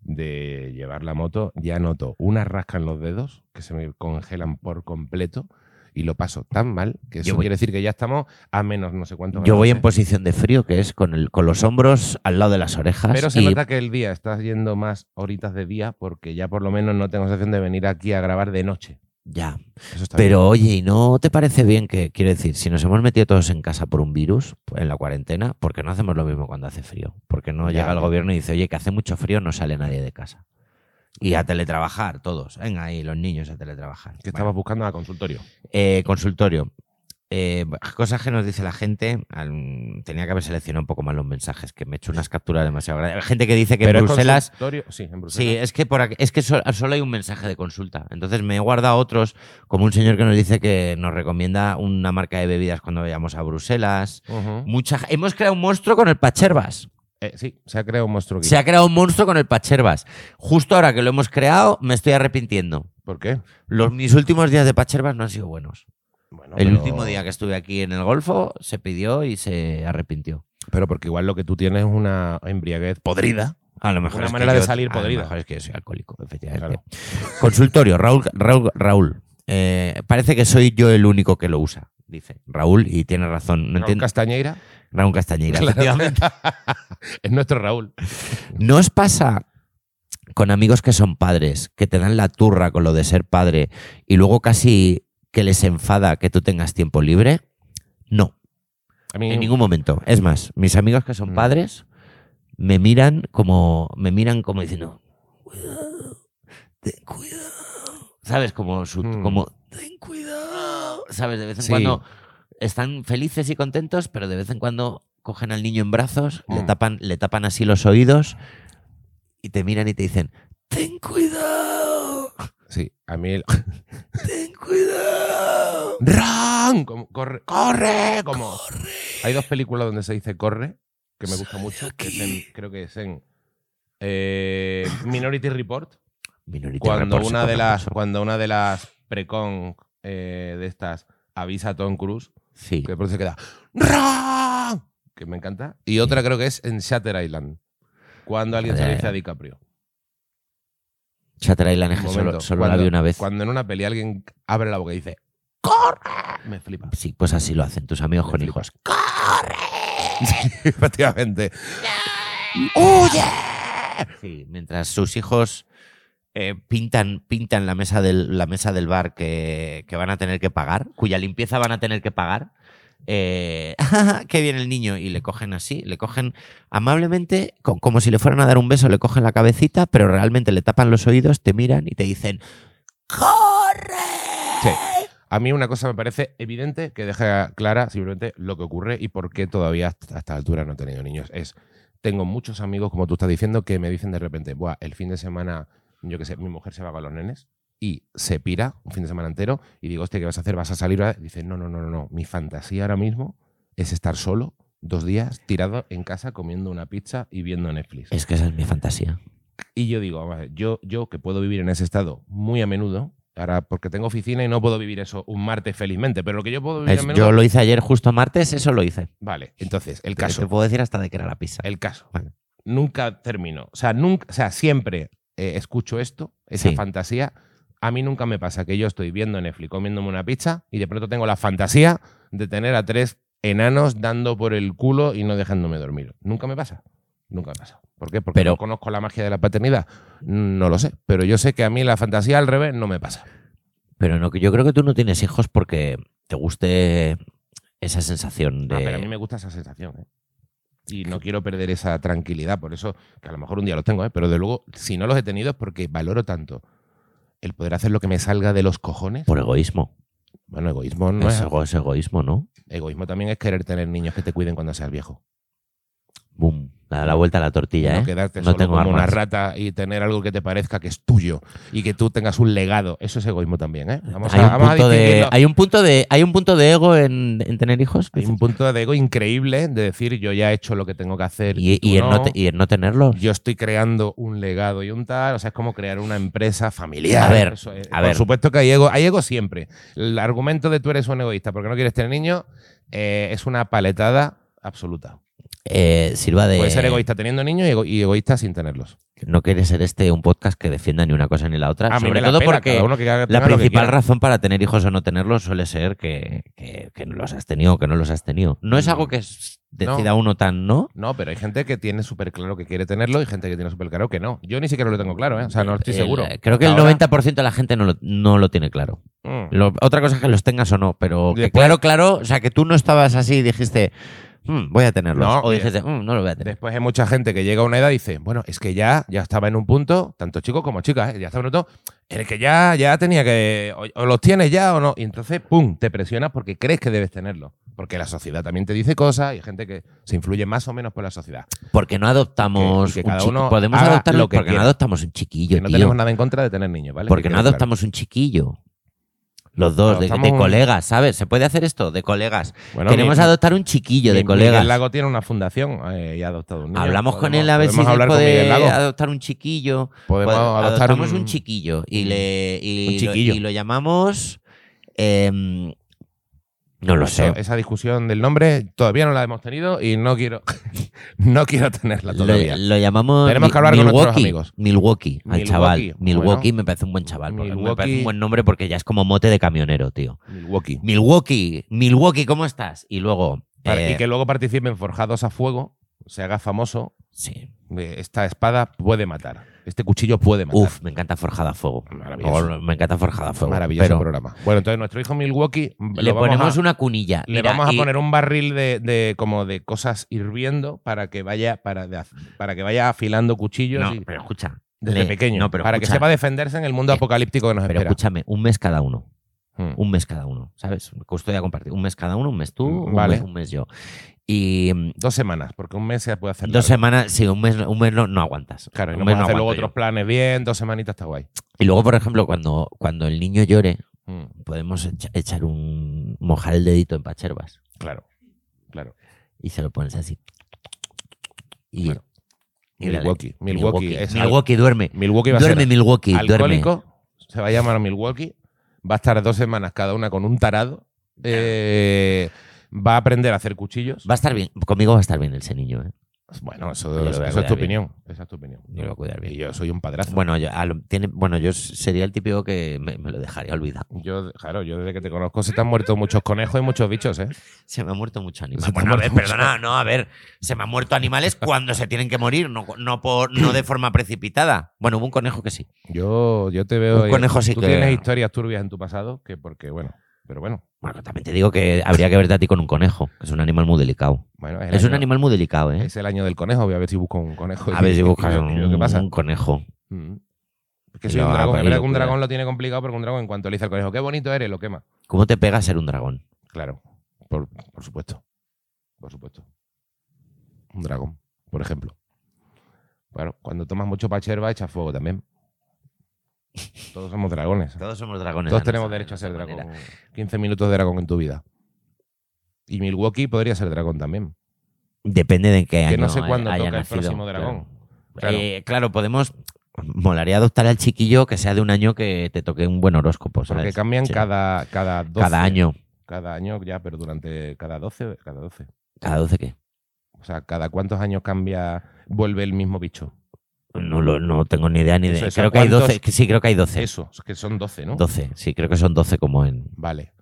de llevar la moto ya noto una rasca en los dedos que se me congelan por completo y lo paso tan mal que eso
voy-
quiere decir que ya estamos a menos no sé cuántos
Yo voy en
grados, ¿eh?
posición de frío, que es con, el, con los hombros al lado de las orejas.
Pero se
y-
nota que el día estás yendo más horitas de día porque ya por lo menos no tengo sensación de venir aquí a grabar de noche.
Ya.
Eso está bien.
Pero oye, ¿y no te parece bien que, quiero decir, si nos hemos metido todos en casa por un virus, pues, en la cuarentena, ¿por qué no hacemos lo mismo cuando hace frío? Porque no
Ya,
llega el
¿no?
gobierno y dice, oye, que hace mucho frío, no sale nadie de casa? Y a teletrabajar, todos. Venga ahí, los niños a teletrabajar.
que
Bueno.
estabas buscando a consultorio.
Eh, consultorio. Eh, cosas que nos dice la gente. Al- tenía que haber seleccionado un poco más los mensajes, que me he hecho unas capturas demasiado grandes. Gente que dice que
Pero
en
es
Bruselas.
consultorio- Sí, en Bruselas.
Sí, eh, es que, por aquí- es que so- solo hay un mensaje de consulta. Entonces me he guardado otros, como un señor que nos dice que nos recomienda una marca de bebidas cuando vayamos a Bruselas.
Ujú.
Mucha, hemos creado un monstruo con el Pachervas.
Eh, sí, se ha creado un monstruo aquí.
Se ha creado un monstruo con el Pachervas. Justo ahora que lo hemos creado, me estoy arrepintiendo.
¿Por qué?
Los, mis últimos días de Pachervas no han sido buenos.
Bueno,
El
pero-
último día que estuve aquí en el Golfo se pidió y se arrepintió.
Pero porque igual lo que tú tienes es una embriaguez podrida.
A lo
Una
es que
manera de
yo-
salir
a lo
podrida.
mejor es que yo soy alcohólico, efectivamente. Consultorio, Raúl. Raúl, Raúl. Eh, parece que soy yo el único que lo usa, dice Raúl, y tiene razón. No
Raúl
entiendo.
Castañeira
Raúl Castañeira. efectivamente.
es nuestro Raúl.
¿No os pasa con amigos que son padres, que te dan la turra con lo de ser padre y luego casi que les enfada que tú tengas tiempo libre, no.
A mí,
En ningún momento. Es más, mis amigos que son
Mm.
padres me miran como me miran como diciendo, cuidado, ten cuidado. ¿Sabes? Como su-
Mm.
como ten cuidado. ¿Sabes? De vez en
Sí.
cuando están felices y contentos, pero de vez en cuando cogen al niño en brazos, le
Mm.
tapan le tapan así los oídos y te miran y te dicen, "Ten cuidado.
sí, a mí el... (laughs)
Ten cuidado."
¡Run! Como, corre, corre, como. Hay dos películas donde se dice corre, que me gusta mucho. que es en-
aquí.
creo que es en eh, Minority Report.
Minority
Cuando
Report se
una, de
come
las,
mucho.
cuando una de las precon eh, de estas avisa a Tom Cruise,
Sí.
que por eso queda "Run", que me encanta. Y otra creo que es en Shatter Island, cuando alguien se
Shatter
le dice a DiCaprio.
Chatter Island es que
Un
solo,
momento,
solo la
cuando-
vi una vez.
Cuando en una peli alguien abre la boca y dice ¡Corre! Me flipa. (laughs)
Sí, pues así lo hacen tus amigos con hijos.
Efectivamente. ¡Huye!
Sí, mientras sus hijos eh, pintan, pintan la, mesa del, la mesa del bar que, que van a tener que pagar, cuya limpieza van a tener que pagar. Eh, (laughs) ¡Qué bien el niño! Y le cogen así, le cogen amablemente, co- como si le fueran a dar un beso, le cogen la cabecita, pero realmente le tapan los oídos, te miran y te dicen ¡Corre!
Sí. A mí una cosa me parece evidente que deja clara simplemente lo que ocurre y por qué todavía hasta- a esta altura no he tenido niños. Es, tengo muchos amigos, como tú estás diciendo, que me dicen de repente, Buah, el fin de semana, yo qué sé, mi mujer se va con los nenes y se pira un fin de semana entero y digo, hostia, ¿qué vas a hacer? ¿Vas a salir? Y dice, no, no, no, no, no. Mi fantasía ahora mismo es estar solo dos días tirado en casa comiendo una pizza y viendo Netflix.
Es que esa es mi fantasía.
Y yo digo, "Vale, yo, yo que puedo vivir en ese estado muy a menudo, ahora porque tengo oficina y no puedo vivir eso un martes felizmente, pero lo que yo puedo vivir
Es-
a menudo.
yo lo hice ayer justo martes, eso lo hice.
Vale, entonces, el
Te- Te
caso.
puedo decir hasta de que era la pizza.
El caso.
Vale.
Nunca termino. O sea, nunca, o sea siempre eh, escucho esto, esa
Sí.
fantasía. A mí nunca me pasa que yo estoy viendo Netflix comiéndome una pizza y de pronto tengo la fantasía de tener a tres enanos dando por el culo y no dejándome dormir. Nunca me pasa. Nunca me pasa. ¿Por qué? Porque
Pero-
no conozco la magia de la paternidad. No lo sé. Pero yo sé que a mí la fantasía al revés no me pasa.
Pero no, que yo creo que tú no tienes hijos porque te guste esa sensación de.
Ah, pero a mí me gusta esa sensación, ¿eh? Y no quiero perder esa tranquilidad, por eso, que a lo mejor un día los tengo, ¿eh? pero de luego, si no los he tenido es porque valoro tanto el poder hacer lo que me salga de los cojones.
Por egoísmo.
Mm, Bueno, egoísmo no es.
es, ego- es egoísmo, ¿no?
Egoísmo también es querer tener niños que te cuiden cuando seas viejo.
Boom. La, la vuelta a la tortilla,
no
¿eh?
quedarte
No
solo
tengo
como una
armas.
rata y tener algo que te parezca que es tuyo y que tú tengas un legado. Eso es egoísmo también, ¿eh? Vamos
hay,
a,
un
vamos a
punto de,
distinguirlo.
hay un punto de. Hay un punto de ego en, en tener hijos.
Hay un punto de ego increíble de decir yo ya he hecho lo que tengo que hacer.
Y,
tú
y en no
no.
te- y en no tenerlo.
yo estoy creando un legado y un tal, o sea, es como crear una empresa familiar.
A ver,
Eso es.
a
por
ver.
supuesto que hay ego, hay ego siempre. El argumento de tú eres un egoísta porque no quieres tener niños eh, es una paletada absoluta.
Eh, sirva de.
Puedes ser egoísta teniendo niños y, ego- y egoísta sin tenerlos.
No quiere ser este un podcast que defienda ni una cosa ni la otra.
A mí
Ah, sobre
Ah, me la
todo
pela,
porque.
cada uno que haga-
La
tenga lo que
principal
quiera.
razón para tener hijos o no tenerlos suele ser que, que, que no los has tenido o que no los has tenido. No es algo que s-
No.
decida uno tan, ¿no?
No, pero hay gente que tiene súper claro que quiere tenerlo y gente que tiene súper claro que no. Yo ni siquiera lo tengo claro, ¿eh? o sea, no estoy
El-
seguro.
creo que el
Ahora,
90% de la gente no lo, no lo tiene claro.
mm,
Lo- otra cosa es que los tengas o no, pero que
Después-
claro, claro, o sea, que tú no estabas así y dijiste, "Mm, voy a tenerlos.
No,
o
eh,
dijiste, "Mm, no lo voy a tener.
Después hay mucha gente que llega a una edad y dice, bueno, es que ya, ya estaba en un punto, tanto chicos como chicas, ¿eh? ya estaba en un punto en el que ya, ya tenía que, o, o los tienes ya o no. Y entonces, ¡pum!, te presionas porque crees que debes tenerlo. Porque la sociedad también te dice cosas y hay gente que se influye más o menos por la sociedad.
Porque no adoptamos
que- y que
un
cada
chiqui-
uno
Podemos
haga
adoptarlo
lo que
porque no
quiera.
adoptamos un chiquillo,
que no
tío.
tenemos nada en contra de tener niños, ¿vale?
porque
Que
no
quede
adoptamos un chiquillo. Los dos, de- de,
Adoptamos un-
colegas, ¿sabes? Se puede hacer esto, de colegas.
claro. Bueno,
Queremos
mi-
adoptar un chiquillo de
mi-
colegas.
Miguel Lago tiene una fundación eh, y ha adoptado un niño.
Hablamos con
Podemos-
él a ver si
podemos
se
hablar con
puede
Miguel Lago.
adoptar un chiquillo.
Podemos
Pod-
adoptar
adoptamos un,
un-
chiquillo y le y
un
lo-
chiquillo.
y Lo, llamamos em, no lo
Eso,
sé.
Esa discusión del nombre todavía no la hemos tenido y no quiero, (laughs) no quiero tenerla
Lo,
todavía.
lo llamamos
Tenemos
Mi-
que hablar con nuestros
Milwaukee,
amigos.
Milwaukee, al
Milwaukee,
chaval. Milwaukee
bueno.
me parece un buen chaval. porque Me
Milwaukee.
parece un buen nombre porque ya es como mote de camionero, tío. Eh.
Milwaukee.
Milwaukee, Milwaukee, ¿cómo estás? Y luego
Para-
eh,
y que luego participen Forjados a Fuego, se haga famoso
Sí.
Eh, Esta espada puede matar. Este cuchillo puede matar.
Uf, me encanta Forjada a Fuego.
Maravilloso.
Me encanta Forjada a Fuego.
Maravilloso
pero
programa. Bueno, entonces nuestro hijo Milwaukee mm, lo
le
vamos
ponemos
a-
una cunilla.
Le
Mira,
vamos a
y-
poner un barril de, de- como de cosas hirviendo para que vaya para, de- para que vaya afilando cuchillos
No,
y-
pero escucha.
desde
le-
pequeño
no, pero
para que
escucha.
sepa defenderse en el mundo
Eh,
apocalíptico que nos
Pero
espera.
escúchame, un mes cada uno.
Mm.
Un mes cada uno, ¿sabes? Custodia compartida. Un mes cada uno, un mes tú, un,
Mm, Vale.
mes, un mes yo. Y mm,
Dos semanas, porque un mes se puede hacer.
dos
largo.
semanas, sí, un mes, un mes no, no aguantas.
Claro, y
Un
no
mes
puedes hacer luego
aguanto
otros planes bien, dos semanitas está guay.
yo. Y luego, por ejemplo, cuando, cuando el niño llore,
Mm,
podemos echa- echar un. mojar el dedito en pacherbas
claro, claro.
y se lo pones así. Y,
Bueno.
y dale.
Milwaukee, Milwaukee, es al-
Milwaukee duerme.
Milwaukee va a
Duerme
ser
Milwaukee, duerme.
alcohólico, se va a llamar Milwaukee, va a estar dos semanas cada una con un tarado, eh, va a aprender a hacer cuchillos.
Va a estar bien. Conmigo va a estar bien ese niño, ¿eh?
Bueno,
Yo
eso,
lo
eso
voy a
es
cuidar
tu
bien.
opinión. Esa es tu opinión.
Yo lo voy a cuidar bien.
Y yo soy un padrazo.
Bueno, yo, a lo- tiene, bueno, yo sería el típico que me, me lo dejaría olvidado.
Yo, claro, yo desde que te conozco se te han muerto muchos conejos y muchos bichos, ¿eh?
Se me ha muerto mucho
Se
animal.
te
Bueno,
ha
a ver,
muerto
perdona, no, a ver. Se me han muerto animales cuando se tienen que morir, no, no, por, no de forma precipitada. Bueno, hubo un conejo que sí.
Yo, yo te veo.
Un conejo sí
tú
que-
tienes historias turbias en tu pasado, que porque, bueno, pero bueno.
Bueno, también te digo que habría que verte a ti con un conejo, que es un animal muy delicado.
bueno el
Es un
año-
animal muy delicado, ¿eh?
Es el año del conejo, voy a ver si busco un conejo.
A ver
y-
si
y
buscas
veo- y veo ¿Qué pasa?
un conejo.
Mm. Es que
Y
soy
lo
un
va a
dragón. Es
pedir
verdad que un
locura.
dragón lo tiene complicado porque un dragón, en cuanto le dice al conejo, qué bonito eres, lo quema.
¿Cómo te pega ser un dragón?
Claro, por, por supuesto. Por supuesto. Un dragón, por ejemplo. Claro, cuando tomas mucho pacherba, echas fuego
(laughs)
también. Todos somos dragones.
Todos somos dragones.
Todos
de nuestra-
tenemos derecho a
de
ser
nuestra manera.
dragón. 15 minutos de dragón en tu vida. Y Milwaukee podría ser dragón también.
Depende de qué año.
Que no sé
haya-
cuándo
haya
toca el
nacido,
próximo
claro.
dragón.
Eh,
Claro.
Claro. podemos. Molaría adoptar al chiquillo que sea de un año que te toque un buen horóscopo. ¿sabes?
Porque cambian
Sí.
cada, cada 12.
Cada año.
Cada año ya, pero durante cada 12, cada 12.
¿Cada 12 qué?
O sea, cada cuántos años cambia, vuelve el mismo bicho.
No, lo- no tengo ni idea ni de.
Eso, eso,
creo que hay
¿cuántos?
12. que Sí, creo que hay 12.
Eso, es que son 12, ¿no?
12. Sí, creo que son 12 como en.
Vale.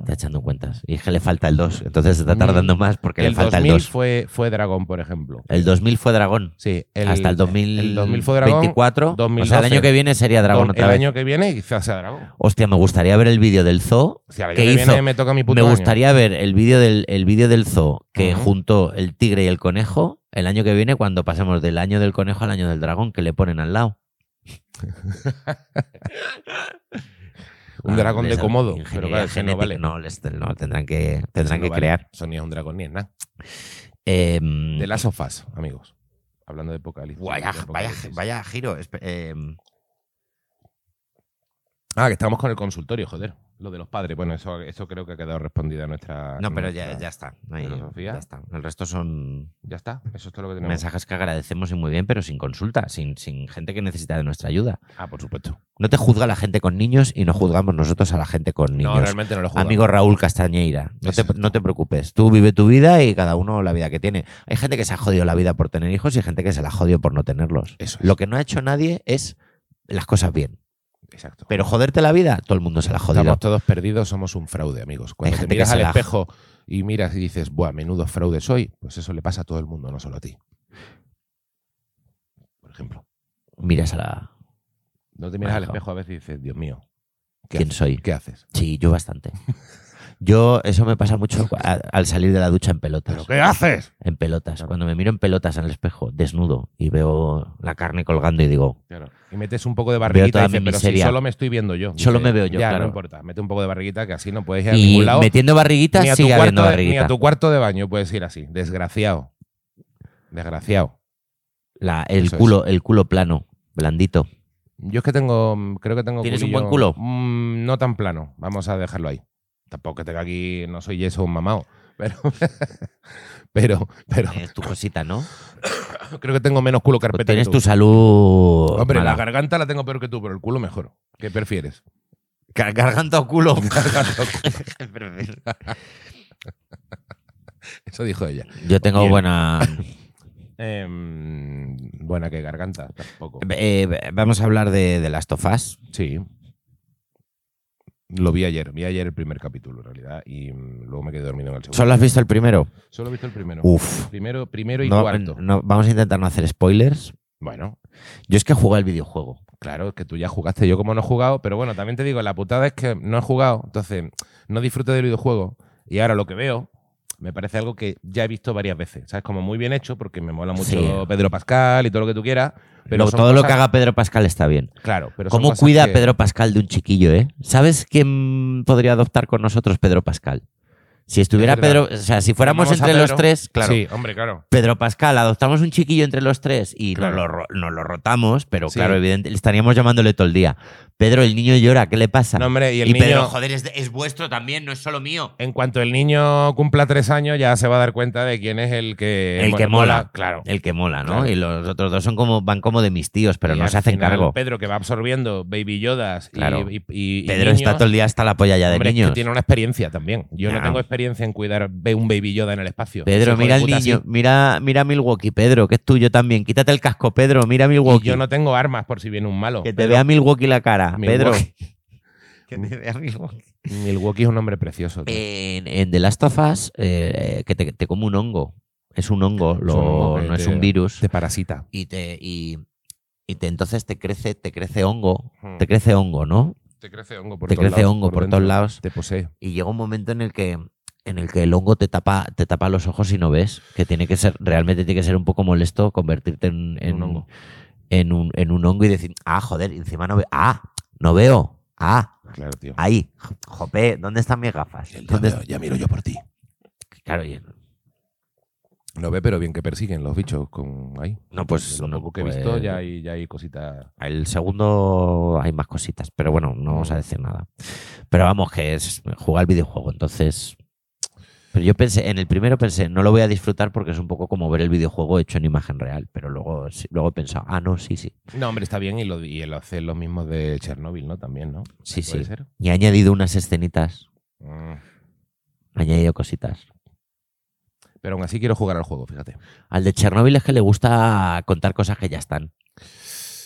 Está echando cuentas. Y es que le falta el 2. Entonces se está tardando
Mm.
más porque le
el
falta
2000
el 2.
Fue, fue dragón, por ejemplo.
El 2000 fue dragón.
Sí,
Hasta el 2000.
el 2000 fue dragón,
24. O sea, el
2012.
año que viene sería dragón
el
otra vez.
año que viene quizás sea dragón.
Hostia, me gustaría ver el vídeo del zoo
O sea, el año
¿Qué
que
hizo?
viene me toca mi puto
Me
año.
gustaría ver el vídeo del, el vídeo del zoo que
Ujú.
juntó el tigre y el conejo el año que viene cuando pasemos del año del conejo al año del dragón que le ponen al lado.
Un dragón de
cómodo
Komodo, pero claro, ese no vale.
No, les- no, tendrán que,
Eso
tendrán
no
que
vale.
crear.
Eso ni es un dragón ni es nada.
Eh,
De las sofás, amigos. Hablando de apocalipsis.
vaya,
de
vaya,
apocalipsis.
vaya giro. espe- eh,
Ah, que estamos con el consultorio, joder. Lo de los padres. Bueno, eso, eso creo que ha quedado respondida nuestra.
no, pero ya,
nuestra-
ya está. no hay-
filosofía.
ya está. El resto son
Ya está. Eso es todo lo que tenemos.
mensajes que agradecemos y muy bien, pero sin consulta, sin, sin gente que necesita de nuestra ayuda.
Ah, por supuesto.
No te juzga la gente con niños y no juzgamos nosotros a la gente con niños.
No, realmente no lo jugamos.
Amigo Raúl Castañeira, no te,
Exacto.
no te preocupes. Tú vive tu vida y cada uno la vida que tiene. Hay gente que se ha jodido la vida por tener hijos y hay gente que se la ha jodido por no tenerlos.
Eso es.
Lo que no ha hecho nadie es las cosas bien.
Exacto.
Pero joderte la vida, todo el mundo se la ha jodido.
Estamos todos perdidos, somos un fraude, amigos. Cuando te
gente que
miras
se
al
la-
espejo y miras y dices, buah, menudo fraude soy, pues eso le pasa a todo el mundo, no solo a ti. Por ejemplo.
Miras a la...
No te miras al
Ajá.
espejo a veces y dices, Dios mío, ¿qué,
¿Quién
haces?
soy?
¿Qué haces?
Sí, yo bastante. Yo, eso me pasa mucho a- al salir de la ducha en pelotas.
¿Pero qué haces?
En pelotas. Cuando me miro en pelotas en el espejo, desnudo, y veo la carne colgando y digo,
Claro. Y metes un poco de barriguita y
toda
dices,
mi
pero si
miseria.
solo me estoy viendo yo.
Solo
Dice,
me veo yo,
Ya,
claro.
no importa. Mete un poco de barriguita que así no puedes ir a
Y
ningún lado.
metiendo barriguitas
ni, a tu
sigue habiendo
cuarto de, ni
barriguita.
a tu cuarto de baño puedes ir así. Desgraciado. Desgraciado.
La- el,
Eso es.
culo, el culo plano, blandito.
Yo es que tengo, mm, creo que tengo.
¿Tienes un
culillo,
buen culo?
mm, no tan plano. Vamos a dejarlo ahí. Tampoco que tenga aquí, no soy yeso un mamado, (laughs) pero, pero, pero
Es tu cosita, ¿no? Pues
creo que tengo menos culo carpeta.
Tienes
que
tu
tú.
salud.
Hombre,
mala.
la garganta la tengo peor que tú, pero el culo mejor. ¿Qué
(laughs)
prefieres? (laughs)
Gar- garganta o culo.
Eso dijo ella.
Yo tengo
Bien.
buena.
Em, buena que garganta,
Em,
tampoco.
Eh, vamos a hablar de, de las tofás.
Sí. Lo vi ayer, vi ayer el primer capítulo en realidad y mm, luego me quedé dormido en el segundo.
¿Solo has visto el primero?
Solo he visto el primero.
Uf.
Primero, primero y
No,
cuarto.
no, vamos a intentar no hacer spoilers.
Bueno,
Yo es que he jugado al videojuego.
claro, es que tú ya jugaste, yo como no he jugado, pero bueno, también te digo, la putada es que no he jugado, entonces no disfruto del videojuego y ahora lo que veo me parece algo que ya he visto varias veces, ¿sabes? Como muy bien hecho porque me mola mucho
Sí.
Pedro Pascal y todo lo que tú quieras, pero
Pero
son
todo lo
cosas-
que haga Pedro Pascal está bien.
Claro, pero son
¿Cómo
cosas
cuida
que-
Pedro Pascal de un chiquillo, eh? ¿Sabes quién podría adoptar con nosotros Pedro Pascal? Si estuviera
Es verdad.
Pedro, o sea, si fuéramos
Llamamos a
entre los
Pedro.
tres, claro.
Sí, hombre, claro.
Pedro Pascal, adoptamos un chiquillo entre los tres y
Claro.
nos, lo, ro- nos lo rotamos, pero
Sí.
claro, evidentemente estaríamos llamándole todo el día. Pedro, el niño llora, ¿qué le pasa?
No, hombre, y
y
el niño,
Pedro, joder, es, de- es vuestro también, no es solo mío.
en cuanto el niño cumpla tres años, ya se va a dar cuenta de quién es el que,
El que
bueno,
mola.
claro.
El que mola, ¿no?
Claro.
Y los otros dos son como, van como de mis tíos, pero
Y
no
al
se hacen
final,
cargo.
Pedro que va absorbiendo baby yodas y-
Claro.
y, y- y
Pedro
niños.
está todo el día hasta la polla ya de
Hombre, es que
niños.
tiene una experiencia también. Yo no
Claro.
tengo experiencia en cuidar ve un baby yoda en el espacio. Ese
Pedro,
hijo de
mira el
puta sí.
niño, mira, mira Milwaukee, Pedro, que es tuyo también. Quítate el casco, Pedro, mira
Y
Milwaukee.
yo no tengo armas por si viene un malo.
que te
Pedro-
vea Milwaukee la cara,
Milwaukee. (laughs)
Pedro. que te vea Milwaukee.
Milwaukee es un hombre precioso. tío.
En, en The Last of Us, eh, que te, te come un hongo. Es un hongo, lo-
hongo que
no es
te-
un virus.
Te parasita.
Y te, y, y te entonces te crece, te crece hongo.
Hmm.
Te crece hongo, ¿no?
Te crece hongo por
te
todos
crece
lados,
hongo por,
dentro.
todos lados.
Te posee.
Y llega un momento en el que en el que el hongo te tapa, te tapa los ojos y no ves. Que tiene que ser, realmente tiene que ser un poco molesto convertirte en, en-
Un hongo.
en un, en un hongo y decir, ah, joder, y encima no veo. Ah, no veo. Ah,
Claro, tío.
ahí. Jope, ¿dónde están mis gafas? ¿Dónde est-
miro yo por ti.
Claro, y-
Lo ve, pero bien que persiguen los bichos con ahí.
no, pues.
Lo
no,
poco que he
pues,
visto ya hay, ya hay cositas.
El segundo hay más cositas, pero bueno, no vamos a decir nada. Pero vamos, que es jugar al videojuego, entonces. Pero yo pensé, en el primero pensé, no lo voy a disfrutar porque es un poco como ver el videojuego hecho en imagen real, pero luego, sí- luego he pensado, ah, no, sí, sí,
No, hombre, está bien y lo, y lo hacen los mismos de Chernóbil, ¿no? También, ¿no?
sí,
¿Puede
sí.
ser?
Y he añadido unas escenitas,
Mm.
he añadido cositas.
Pero aún así quiero jugar al juego, fíjate.
Al de Chernóbil es que le gusta contar cosas que ya están.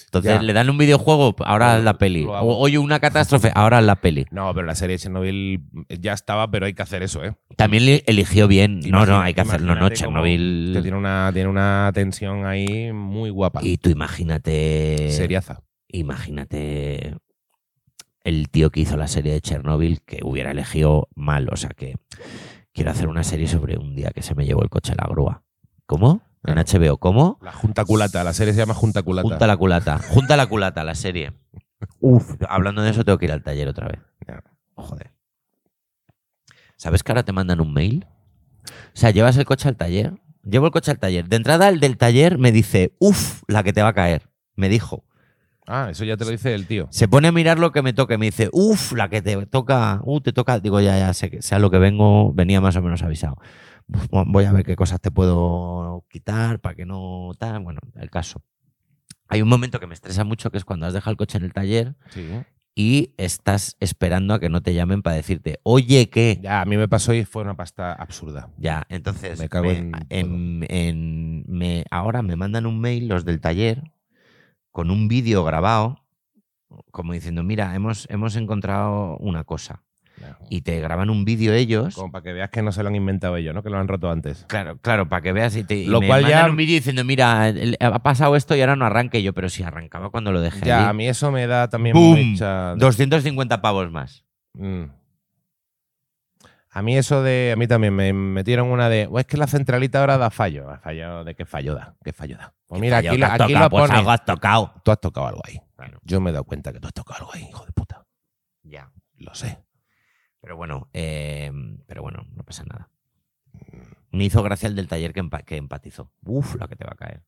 Entonces
Ya.
le dan un videojuego, ahora
Lo-
la peli.
lo
O-
hago.
Oye, una catástrofe, ahora la peli.
No, pero la serie de Chernobyl eh, ya estaba, pero hay que hacer eso, ¿eh?
También le- eligió bien. no,
Imagina-
no, hay que hacerlo, no,
imagínate cómo
Chernóbil.
Que tiene una, tiene una tensión ahí muy guapa.
Y tú
eh,
imagínate.
Seriaza.
Imagínate el tío que hizo la serie de Chernobyl que hubiera elegido mal. O sea que quiero hacer una serie sobre un día que se me llevó el coche a la grúa. ¿Cómo?
Claro.
En HBO, ¿cómo?
La Junta Culata, la serie se llama Junta Ah. Culata.
Junta la culata. Junta la culata, la
(laughs)
serie. Uf, hablando de eso, tengo que ir al taller otra vez.
Ya.
Joder. ¿Sabes que ahora te mandan un mail? O sea, llevas el coche al taller. Llevo el coche al taller. De entrada, el del taller me dice, uf, la que te va a caer. Me dijo.
Ah, eso ya te lo dice el tío.
Se pone a mirar lo que me toca y me dice, uff, la que te toca, uh, te toca. Digo, ya, ya, sé que sea lo que vengo, venía más o menos avisado. Uf, vo- Voy a ver qué cosas te puedo quitar para que no tal. Bueno, el caso. Hay un momento que me estresa mucho que es cuando has dejado el coche en el taller
Sí.
y estás esperando a que no te llamen para decirte, oye, ¿qué?
Ya, a mí me pasó y fue una pasta absurda.
Ya, entonces.
Me cago en
en- en- me- ahora me mandan un mail los del taller con un vídeo grabado, como diciendo: Mira, hemos, hemos encontrado una cosa.
Ya.
Y te graban un vídeo ellos.
Como para que veas que no se lo han inventado ellos, ¿no? Que lo han roto antes.
Claro, claro, para que veas y te y
Lo
me
cual ya-
mandan un vídeo diciendo, mira, el- ha pasado esto y ahora no arranque Y yo, pero si arrancaba cuando lo dejé.
Ya, a
allí.
mí eso me da también
¡Bum!
mucha.
250 pavos más.
Mm. A mí eso de. A mí también me metieron una de. "Oh, es que la centralita ahora da fallo. Ha fallado de qué fallo da. Qué fallo da. Pues mira,
Fallo,
aquí,
que
la-
has
aquí
tocado,
lo
pues
pone.
algo has tocado.
Tú has tocado algo ahí.
Claro.
Yo me he dado cuenta que tú has tocado algo ahí, hijo de puta.
Ya.
Lo sé.
Pero bueno, eh, pero bueno, no pasa nada. Me hizo gracia el del taller que, empa- que empatizó. Uf, la que te va a caer.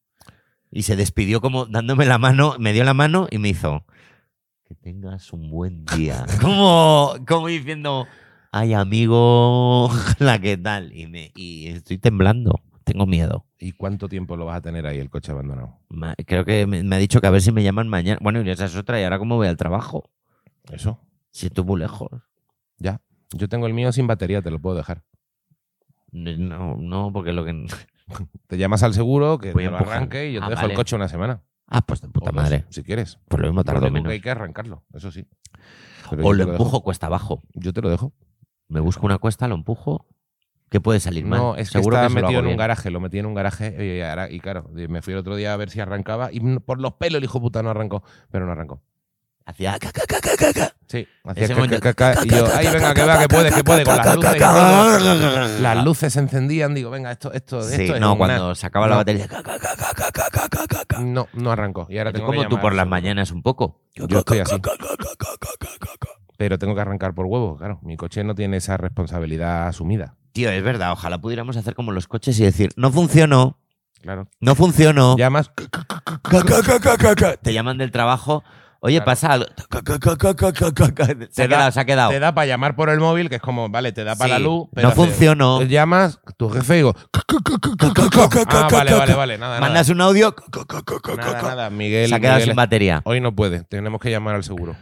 Y se despidió como dándome la mano, me dio la mano y me hizo que tengas un buen día. como, como diciendo, ay amigo, (laughs) la que tal. Y, me, y estoy temblando, tengo miedo.
¿Y cuánto tiempo lo vas a tener ahí el coche abandonado?
Ma- Creo que me, me ha dicho que a ver si me llaman mañana. Bueno, y esa es otra. ¿Y ahora cómo voy al trabajo?
Eso.
Si estoy muy lejos.
Ya. Yo tengo el mío sin batería, te lo puedo dejar.
No, no, porque lo que...
Te llamas al seguro, que
Voy
te lo
empujando.
arranque y yo te
Ah,
dejo el
vale.
coche una semana.
(laughs) Ah, pues de puta
O dos,
madre.
Si quieres.
Por Pues lo mismo
Lo
tardo
único que
menos.
hay que arrancarlo, eso sí. Pero
O
yo
lo
te
empujo cuesta abajo.
dejo. Yo te lo dejo.
Me busco una cuesta, lo empujo. ¿Qué puede salir mal?
No, es que
Seguro
estaba
se lo
metido
hago
en un
bien.
garaje, lo metí en un garaje eh, y, y ahora- y claro, y me fui el otro día a ver si arrancaba y mm, por los pelos el hijo puta no arrancó, pero no arrancó. (laughs)
Hacía ca, ca, ca, ca, ca, ca.
Sí, hacía
Ese
ca,
momento-
ca, ca, ca, y
(laughs)
yo, ay, venga, que va, que puedes, que puedes, con las luces. y todo. Las luces se encendían, digo, venga, esto, esto,
Sí,
esto es
no,
un
cuando se acaba la
No.
batería. ca, ca, ca, ca, ca, ca, ca, ca, ca.
No, no arrancó. Y ahora
Es
tengo
como
que
tú
llamar
por
al
las
seguro.
mañanas un poco.
Yo estoy así. Pero tengo que arrancar por huevos, claro. Mi coche no tiene esa responsabilidad asumida.
Tío, es verdad, ojalá pudiéramos hacer como los coches y decir, no funcionó,
Claro. (laughs)
no funcionó.
Llamas,
Ca, ca, ca, ca, ca, ca. Te llaman del trabajo. Oye,
Claro.
pasa algo. Ca, ca, ca, ca, ca, ca, ca, ca. Se
Te da-
ha quedado, se ha quedado.
te da para llamar por el móvil, que es como, vale, te da para
Sí,
la luz, pero
no
hace-
funcionó.
Llamas, tu jefe, digo, ah, vale, vale, vale, nada,
Mandas un audio.
nada, nada, nada, Miguel,
Se ha quedado
Miguel,
sin batería.
hoy no puede, tenemos que llamar al seguro.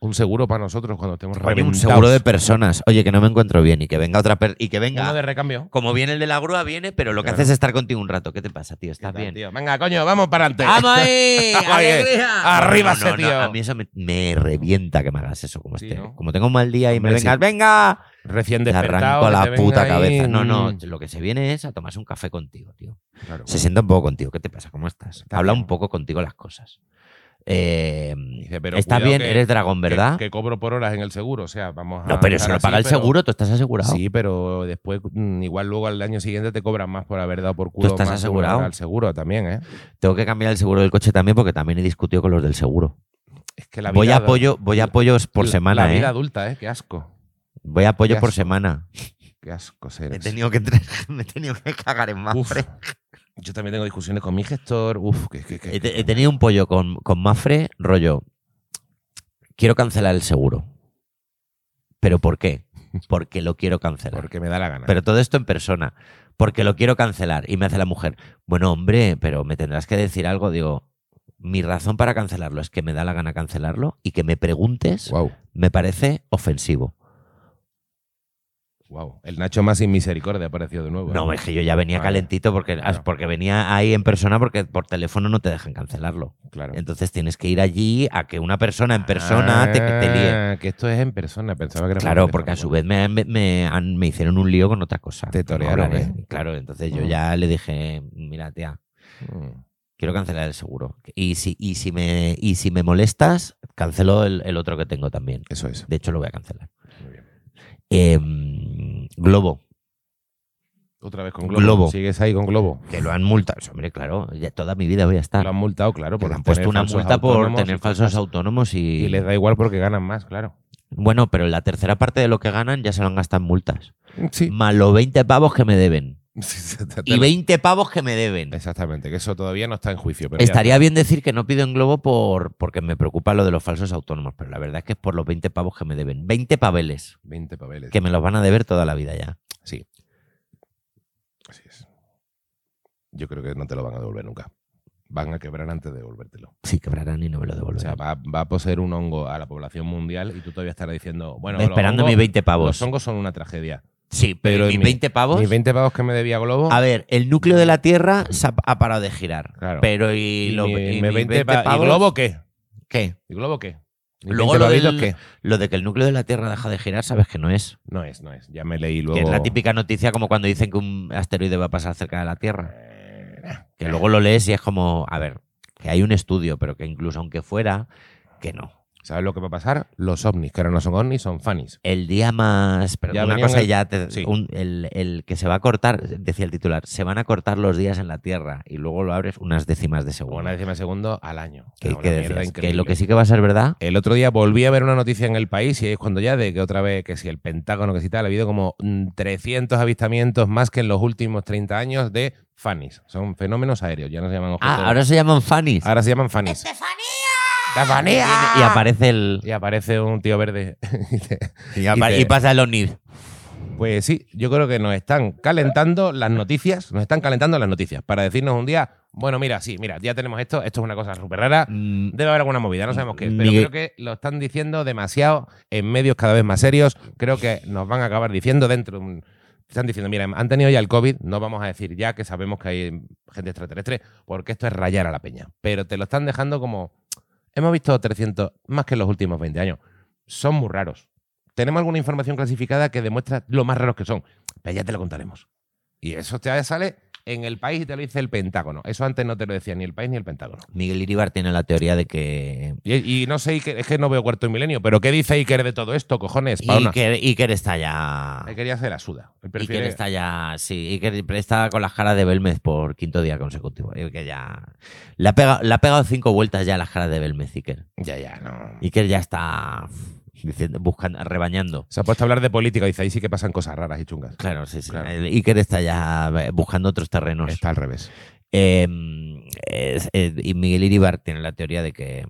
Un seguro para nosotros cuando estemos
Oye, un
reventados.
seguro de personas. Oye, que no me encuentro bien y que venga otra per- y que
Uno de
venga.
recambio.
Como viene el de la grúa, viene, pero lo que
Claro.
haces es estar contigo un rato. ¿Qué te pasa, tío?
¿Qué
¿Estás
tal,
bien?
tío? Venga, coño, vamos para adelante.
¡Vamos ahí!
(laughs) Oye,
¡Alegría!
arriba
No, no,
ese
no,
tío.
A mí eso me, me revienta que me hagas eso como
Sí,
esté.
¿no?
Como tengo un mal día y me
Hombre, sí.
vengas, ¡venga!
Recién
Te
despertado.
arranco
que
la
te venga
puta
ahí,
cabeza. No, no,
mm,
lo que se viene es a tomarse un café contigo, tío.
claro.
Se sienta un poco contigo. ¿Qué te pasa? ¿Cómo estás?
Está
Habla
bien.
un poco contigo las cosas. Eh,
Dice, pero
está
cuidado
bien,
que-
eres dragón, ¿verdad?
Que, que cobro por horas en el seguro, o sea, vamos a.
no, pero eso
estar
lo
así,
paga el
pero-
seguro, tú estás asegurado.
Sí, pero después, mm, igual luego al año siguiente te cobran más por haber dado por culo.
estás
más
asegurado?
Al seguro también, ¿eh?
Tengo que cambiar el seguro del coche también porque también he discutido con los del seguro.
Es que la
voy
vida-
a apoyo, voy a apoyos por
la-
semana,
La vida
¿eh?
adulta, ¿eh? Qué asco.
Voy a apoyos
Qué
por
asco.
semana.
Qué asco
Me he
seres.
tenido que, entrar- (laughs) me he tenido que cagar en más.
Uf. Yo también tengo discusiones con mi gestor. Uf, que. que, que-
He, te- he tenido un pollo con, con Mafre, rollo. Quiero cancelar el seguro. ¿Pero por qué?
(laughs)
Porque lo quiero cancelar.
Porque me da la gana.
Pero todo esto en persona. Porque lo quiero cancelar. Y me hace la mujer. Bueno, hombre, pero me tendrás que decir algo. Digo, mi razón para cancelarlo es que me da la gana cancelarlo y que me preguntes
Wow,
me parece ofensivo.
wow. El Nacho más sin misericordia apareció de nuevo. ¿eh?
No, es que yo ya venía
Vale.
calentito porque,
Claro.
porque venía ahí en persona porque por teléfono no te dejan cancelarlo.
Claro.
Entonces tienes que ir allí a que una persona en persona te, te líe.
Ah, Que esto es en persona, pensaba que era por
Claro,
teléfono.
porque a su vez me, me- me han- me hicieron un lío con otra cosa.
Te
No
torearon,
hablaré.
¿eh?
Claro, entonces yo
Mm.
ya le dije, mira, tía,
Mm.
quiero cancelar el seguro. Y si, y si, me, y si me molestas, cancelo el, el otro que tengo también.
Eso es.
De hecho, lo voy a cancelar.
Muy bien.
Em, Globo,
Otra vez con Globo.
Globo.
Sigues ahí con Globo.
que lo han multado. Hombre, claro, ya toda mi vida voy a estar.
Lo han multado, claro.
Ah. Que
Por
le han
tener
puesto una
falsos
multa por
autónomos
tener
y
falsos
cosas.
autónomos y,
Y les da igual porque ganan más, claro.
bueno, pero la tercera parte de lo que ganan ya se lo han gastado en multas.
Sí.
Más los 20 pavos que me deben.
(laughs) Sí, te- te-
Y 20 pavos que me deben.
Exactamente, que eso todavía no está en juicio. Pero ya
Estaría bien decir que no pido en globo por, porque me preocupa lo de los falsos autónomos, pero la verdad es que es por los 20 pavos que me deben. 20 paveles,
está. 20 papeles.
que me los van a deber toda la vida ya.
Sí. Así es. Yo creo que no te lo van a devolver nunca. Van a quebrar antes de devolvértelo.
Sí, quebrarán y no me lo
O sea,
devolverán.
va, va a poseer un hongo a la población mundial y tú todavía estarás diciendo, bueno, los
Esperando
hongos-
mis 20 pavos.
Los hongos son una tragedia.
Sí, pero
Pero
mis
mi-
20 pavos...
Mis 20 pavos que me debía Globo.
A ver, el núcleo de la Tierra se ha, ha parado de girar.
Claro.
Pero y,
y
lo-
mi-
y
mis
mis
20 pa- ¿Y Globo qué?
¿Qué?
¿Y Globo qué? ¿Y
Luego
20
lo
pavitos
del-
qué?
Lo de que el núcleo de la Tierra deja de girar, sabes que no es.
No es, no es. Ya me leí luego.
Que es la típica noticia como cuando dicen que un asteroide va a pasar cerca de la Tierra.
Eh, nah.
Que luego lo lees y es como, a ver, que hay un estudio, pero que incluso aunque fuera, que no.
¿Sabes lo que va a pasar? Los ovnis, que ahora no son ovnis, son fanis.
El día más. Pero
Ya
una
venían
cosa
el-
ya. te-
sí.
un- el, el que se va a cortar, decía el titular, se van a cortar los días en la Tierra y luego lo abres unas décimas de segundo.
Una décima de segundo al año.
Que,
Una
que
mierda
Oh. decías, que
increíble.
lo que sí que va a ser verdad.
El otro día volví a ver una noticia en el país y ahí es cuando ya de que otra vez, que si el Pentágono, que si tal, ha habido como mm, 300 avistamientos más que en los últimos 30 años de fanis. Son fenómenos aéreos, ya no se llaman objetos.
Ah, ahora se llaman Fannies.
Ahora se llaman fanis. ¡Estefanía!
Y aparece el.
Y aparece un tío verde. (laughs)
Y,
apa-
y pasa el ONID.
pues sí, yo creo que nos están calentando las noticias, nos están calentando las noticias para decirnos un día, bueno, mira, sí, mira, ya tenemos esto, esto es una cosa súper rara,
Mm,
Debe haber alguna movida, no sabemos qué es, pero
Miguel-
creo que lo están diciendo demasiado en medios cada vez más serios. Creo que nos van a acabar diciendo dentro de un están diciendo, mira, han tenido ya el COVID, no vamos a decir ya que sabemos que hay gente extraterrestre, porque esto es rayar a la peña. Pero te lo están dejando como, hemos visto 300 más que en los últimos 20 años. Son muy raros. Tenemos alguna información clasificada que demuestra lo más raros que son, pero ya te lo contaremos. Y eso te sale en el país y te lo dice el Pentágono. Eso antes no te lo decía ni el país ni el Pentágono.
Miguel Iribar tiene la teoría de que.
Y, y no sé, Iker, es que no veo cuarto milenio, pero ¿qué dice Iker de todo esto, cojones? Paona?
Iker, Iker está ya.
Él quería hacer la suda. Él prefiere-
Iker está ya. Sí, Iker está con las caras de Belmez por quinto día consecutivo. Iker ya. Le ha, pega- le ha pegado cinco vueltas ya las caras de Belmez, Iker.
Ya, ya, no.
Iker ya está uf, diciendo, buscando, rebañando.
Se ha puesto a hablar de política, dice, ahí sí que pasan cosas raras y chungas.
Claro, sí, sí.
Claro.
El Iker está ya eh, buscando otros terrenos.
Está al revés.
Eh, es- eh, y Miguel Iribar tiene la teoría de que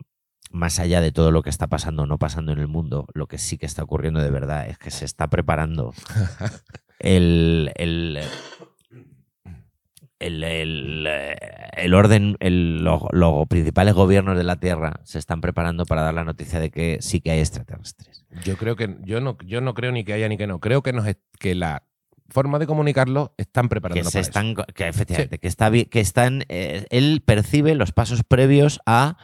más allá de todo lo que está pasando o no pasando en el mundo, lo que sí que está ocurriendo de verdad es que se está preparando el, el, el, el, eh, el orden, el- los, los principales gobiernos de la Tierra se están preparando para dar la noticia de que sí que hay extraterrestres.
Yo creo que yo no, yo no creo ni que haya ni que no. Creo que nos es- que la forma de comunicarlo están
Que,
preparando
se
para eso.
están, que efectivamente, que, está, vi- que están, eh, él percibe los pasos previos a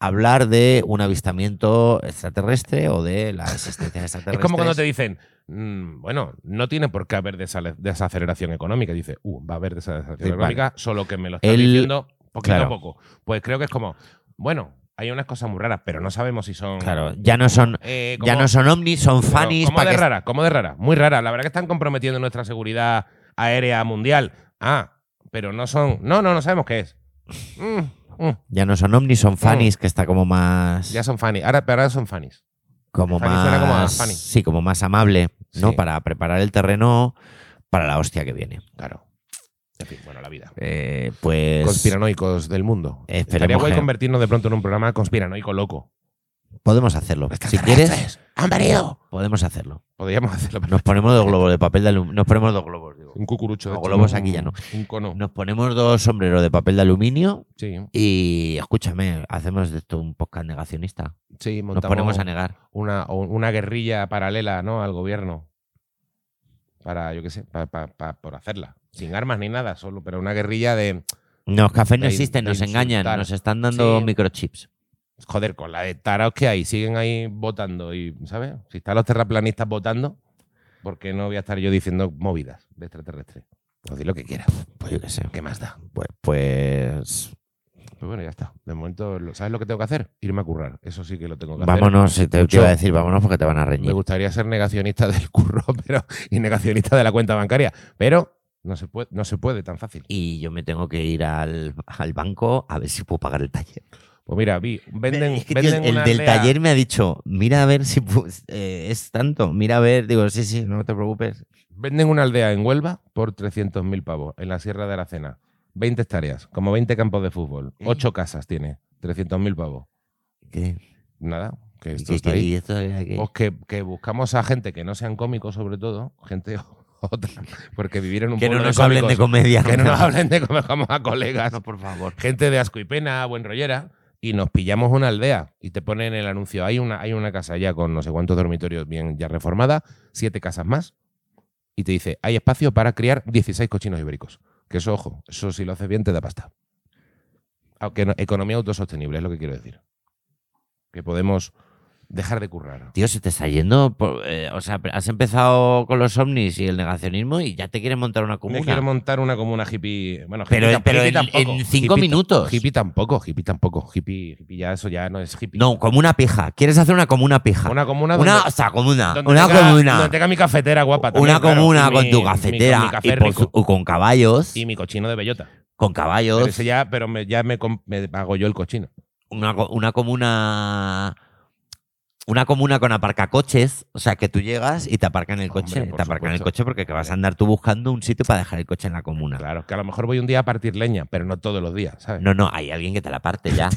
hablar de un avistamiento extraterrestre o de la existencia de
Es
extraterrestres.
como cuando te dicen, mm, bueno, no tiene por qué haber desale- desaceleración económica. Y dice, uh, va a haber desaceleración
Sí, vale.
económica, solo que me lo están
El-
diciendo poquito
claro.
a poco. Pues creo que es como, bueno, hay unas cosas muy raras, pero no sabemos si son.
Claro, ya no son,
eh,
ya
como-
no son ovnis, son
Pero,
fanis.
¿Cómo
pa'
de
que-
rara? ¿Cómo de rara? Muy rara. La verdad que están comprometiendo nuestra seguridad aérea mundial. Ah, pero no son. No, no, no sabemos qué es. Mm, mm,
ya no son ovnis, son fanis, que está como más...
ya son fanis. Ahora, pero ahora son fanis.
como
Fanny
más,
suena como a Fanny.
sí, como más amable, ¿no?
Sí.
Para preparar el terreno para la hostia que viene.
Claro. En fin, bueno, la vida.
Eh, pues
Conspiranoicos del mundo.
Esperemos
Estaría guay
que-
convertirnos de pronto en un programa conspiranoico loco. Pues
podemos hacerlo. Pues Si quieres,
¡Han venido!
podemos hacerlo.
Podríamos hacerlo, pero
Nos ponemos dos globos de papel de aluminio. Nos ponemos dos globos, digo.
un cucurucho. de
No,
estos,
globos
un-
aquí ya no.
Un cono.
Nos ponemos dos sombreros de papel de aluminio
Sí,
y escúchame, hacemos de esto un podcast negacionista.
sí,
Nos
montamos
ponemos a negar.
una, o una guerrilla paralela ¿no? al gobierno. Para, yo qué sé, pa- pa- pa- por hacerla. Sin armas ni nada, solo, pero una guerrilla de.
Los cafés no
De-
existen,
de
nos engañan,
insultar.
nos están dando
Sí.
microchips.
Joder, con la de taraos que hay, siguen ahí votando y, ¿sabes? Si están los terraplanistas votando, ¿por qué no voy a estar yo diciendo movidas de extraterrestres? O di lo que quieras,
Pues yo qué sé.
¿qué más da?
Pues, pues
Pues bueno, ya está. De momento, lo- ¿sabes lo que tengo que hacer? Irme a currar. Eso sí que lo tengo que hacer.
vámonos, te, te
Yo-
iba a decir, vámonos porque te van a reñir.
Me gustaría ser negacionista (laughs) del curro, pero y negacionista de la cuenta bancaria. Pero no se puede, no se puede tan fácil.
y yo me tengo que ir al, al banco a ver si puedo pagar el taller.
Pues mira, vi, venden,
Es que, tío,
venden
el
una
del
aldea-
taller me ha dicho, mira a ver si pu- eh, es tanto, mira a ver, digo, sí, sí, no te preocupes.
venden una aldea en Huelva por 300.000 pavos, en la Sierra de Aracena. 20 hectáreas, como 20 campos de fútbol.
¿Eh?
8 casas tiene, 300.000 pavos.
¿Qué?
Nada, que esto
¿Qué-
está
qué-
ahí.
y esto era qué?
Pues que, que buscamos a gente que no sean cómicos, sobre todo, gente (laughs) otra, porque vivir en un
Que no
pueblo de
nos hablen de
cómicos,
comedia.
Que no nos hablen de cómo vamos a colegas.
por favor.
gente de asco y pena, buen rollera, y nos pillamos una aldea y te ponen el anuncio. Hay una, hay una casa ya con no sé cuántos dormitorios bien ya reformada, siete casas más, y te dice, hay espacio para criar 16 cochinos ibéricos. Que eso, ojo, eso si lo haces bien te da pasta. Aunque no- economía autosostenible es lo que quiero decir. Que podemos dejar de currar.
Tío, se te está yendo. por- eh, o sea, has empezado con los ovnis y el negacionismo y ya te quieres montar una
Me
comuna.
quiero montar una comuna hippie. Bueno,
Pero-
hippie tam-
pero
hippie
en-
tampoco.
en cinco
Hippie ta-
minutos.
Hippie tampoco, hippie tampoco. Hippie, hippie ya, eso ya no es hippie.
No, como una pija. Quieres hacer una comuna pija.
Una comuna
Una-
donde-
o sea, comuna.
Donde
Una
tenga-
comuna.
Donde tenga mi cafetera guapa.
una
también, claro,
comuna
y
con
mi-
tu
mi- con mi
cafetera
café
y, por
rico.
su- con caballos.
Y mi cochino de bellota.
Con
Pero
caballos.
ese ya, pero me, ya me, com- me hago yo el cochino.
una, co- una comuna una comuna con aparcacoches, o sea que tú llegas y te aparcan el
Hombre,
coche,
por
te aparcan el
supuesto.
coche porque que vas a andar tú buscando un sitio para dejar el coche en la comuna.
Claro, que a lo mejor voy un día a partir leña, pero no todos los días, (laughs) ¿sabes?
No, no, hay alguien que te la parte
(laughs)
ya.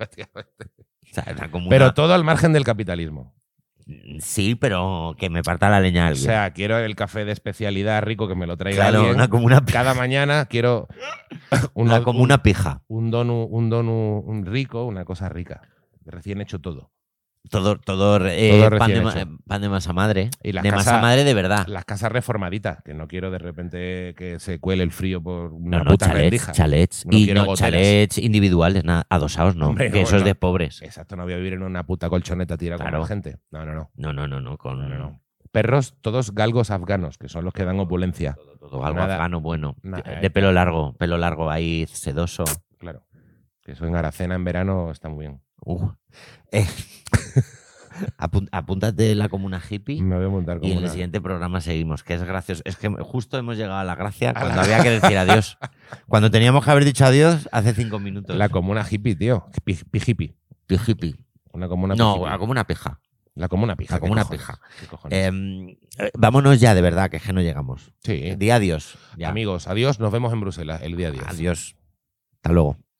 o sea, una comuna.
Pero todo al margen del capitalismo.
sí, pero que me parta la leña
O
alguien.
sea, quiero el café de especialidad rico que me lo traiga
claro,
alguien.
una comuna, pi-
Cada mañana
(laughs)
quiero
una
una,
comuna pija.
un, un donu, un donu un rico, una cosa rica. Recién hecho todo.
Todo, todo, eh,
Todo recién
pan, de, ma-
hecho.
pan de masa madre.
Y las
de masa
casas-
madre de verdad.
Las casas reformaditas, que no quiero de repente que se cuele el frío por una
No, no,
puta
chalets,
rendija.
chalets.
No
y
quiero
no,
goteras.
chalets individuales, nada, adosados no.
Hombre,
que eso es
no.
de pobres.
Exacto, no voy a vivir en una puta colchoneta tirada con
Claro.
la gente. No, no, no.
No, no, no, no. Con
no, no, no. Perros, todos galgos afganos, que son los que dan opulencia.
Todo, todo, algo
Nada.
afgano bueno.
Nada,
de
eh.
pelo largo, pelo largo ahí, sedoso.
Claro. Que eso en Aracena en verano está muy bien.
Uh. (laughs) Eh, apun- apúntate la comuna hippie.
Me voy a montar
Y
Mm, como
en el
una-
siguiente programa seguimos, que es gracioso. Es que justo hemos llegado a la gracia
la
cuando había que decir
(laughs)
adiós. Cuando teníamos que haber dicho adiós hace cinco minutos.
La comuna hippie, tío. Pi, pi- hippie.
Pi- hippie.
Una comuna
no,
hippie.
como una pija.
la comuna pija.
la
¿qué
comuna
cojones?
pija.
¿Qué cojones?
Eh, eh, vámonos ya, de verdad, que es que no llegamos.
sí.
Di adiós. ya.
Amigos, adiós. Nos vemos en Bruselas el día 10.
Adiós. Hasta luego.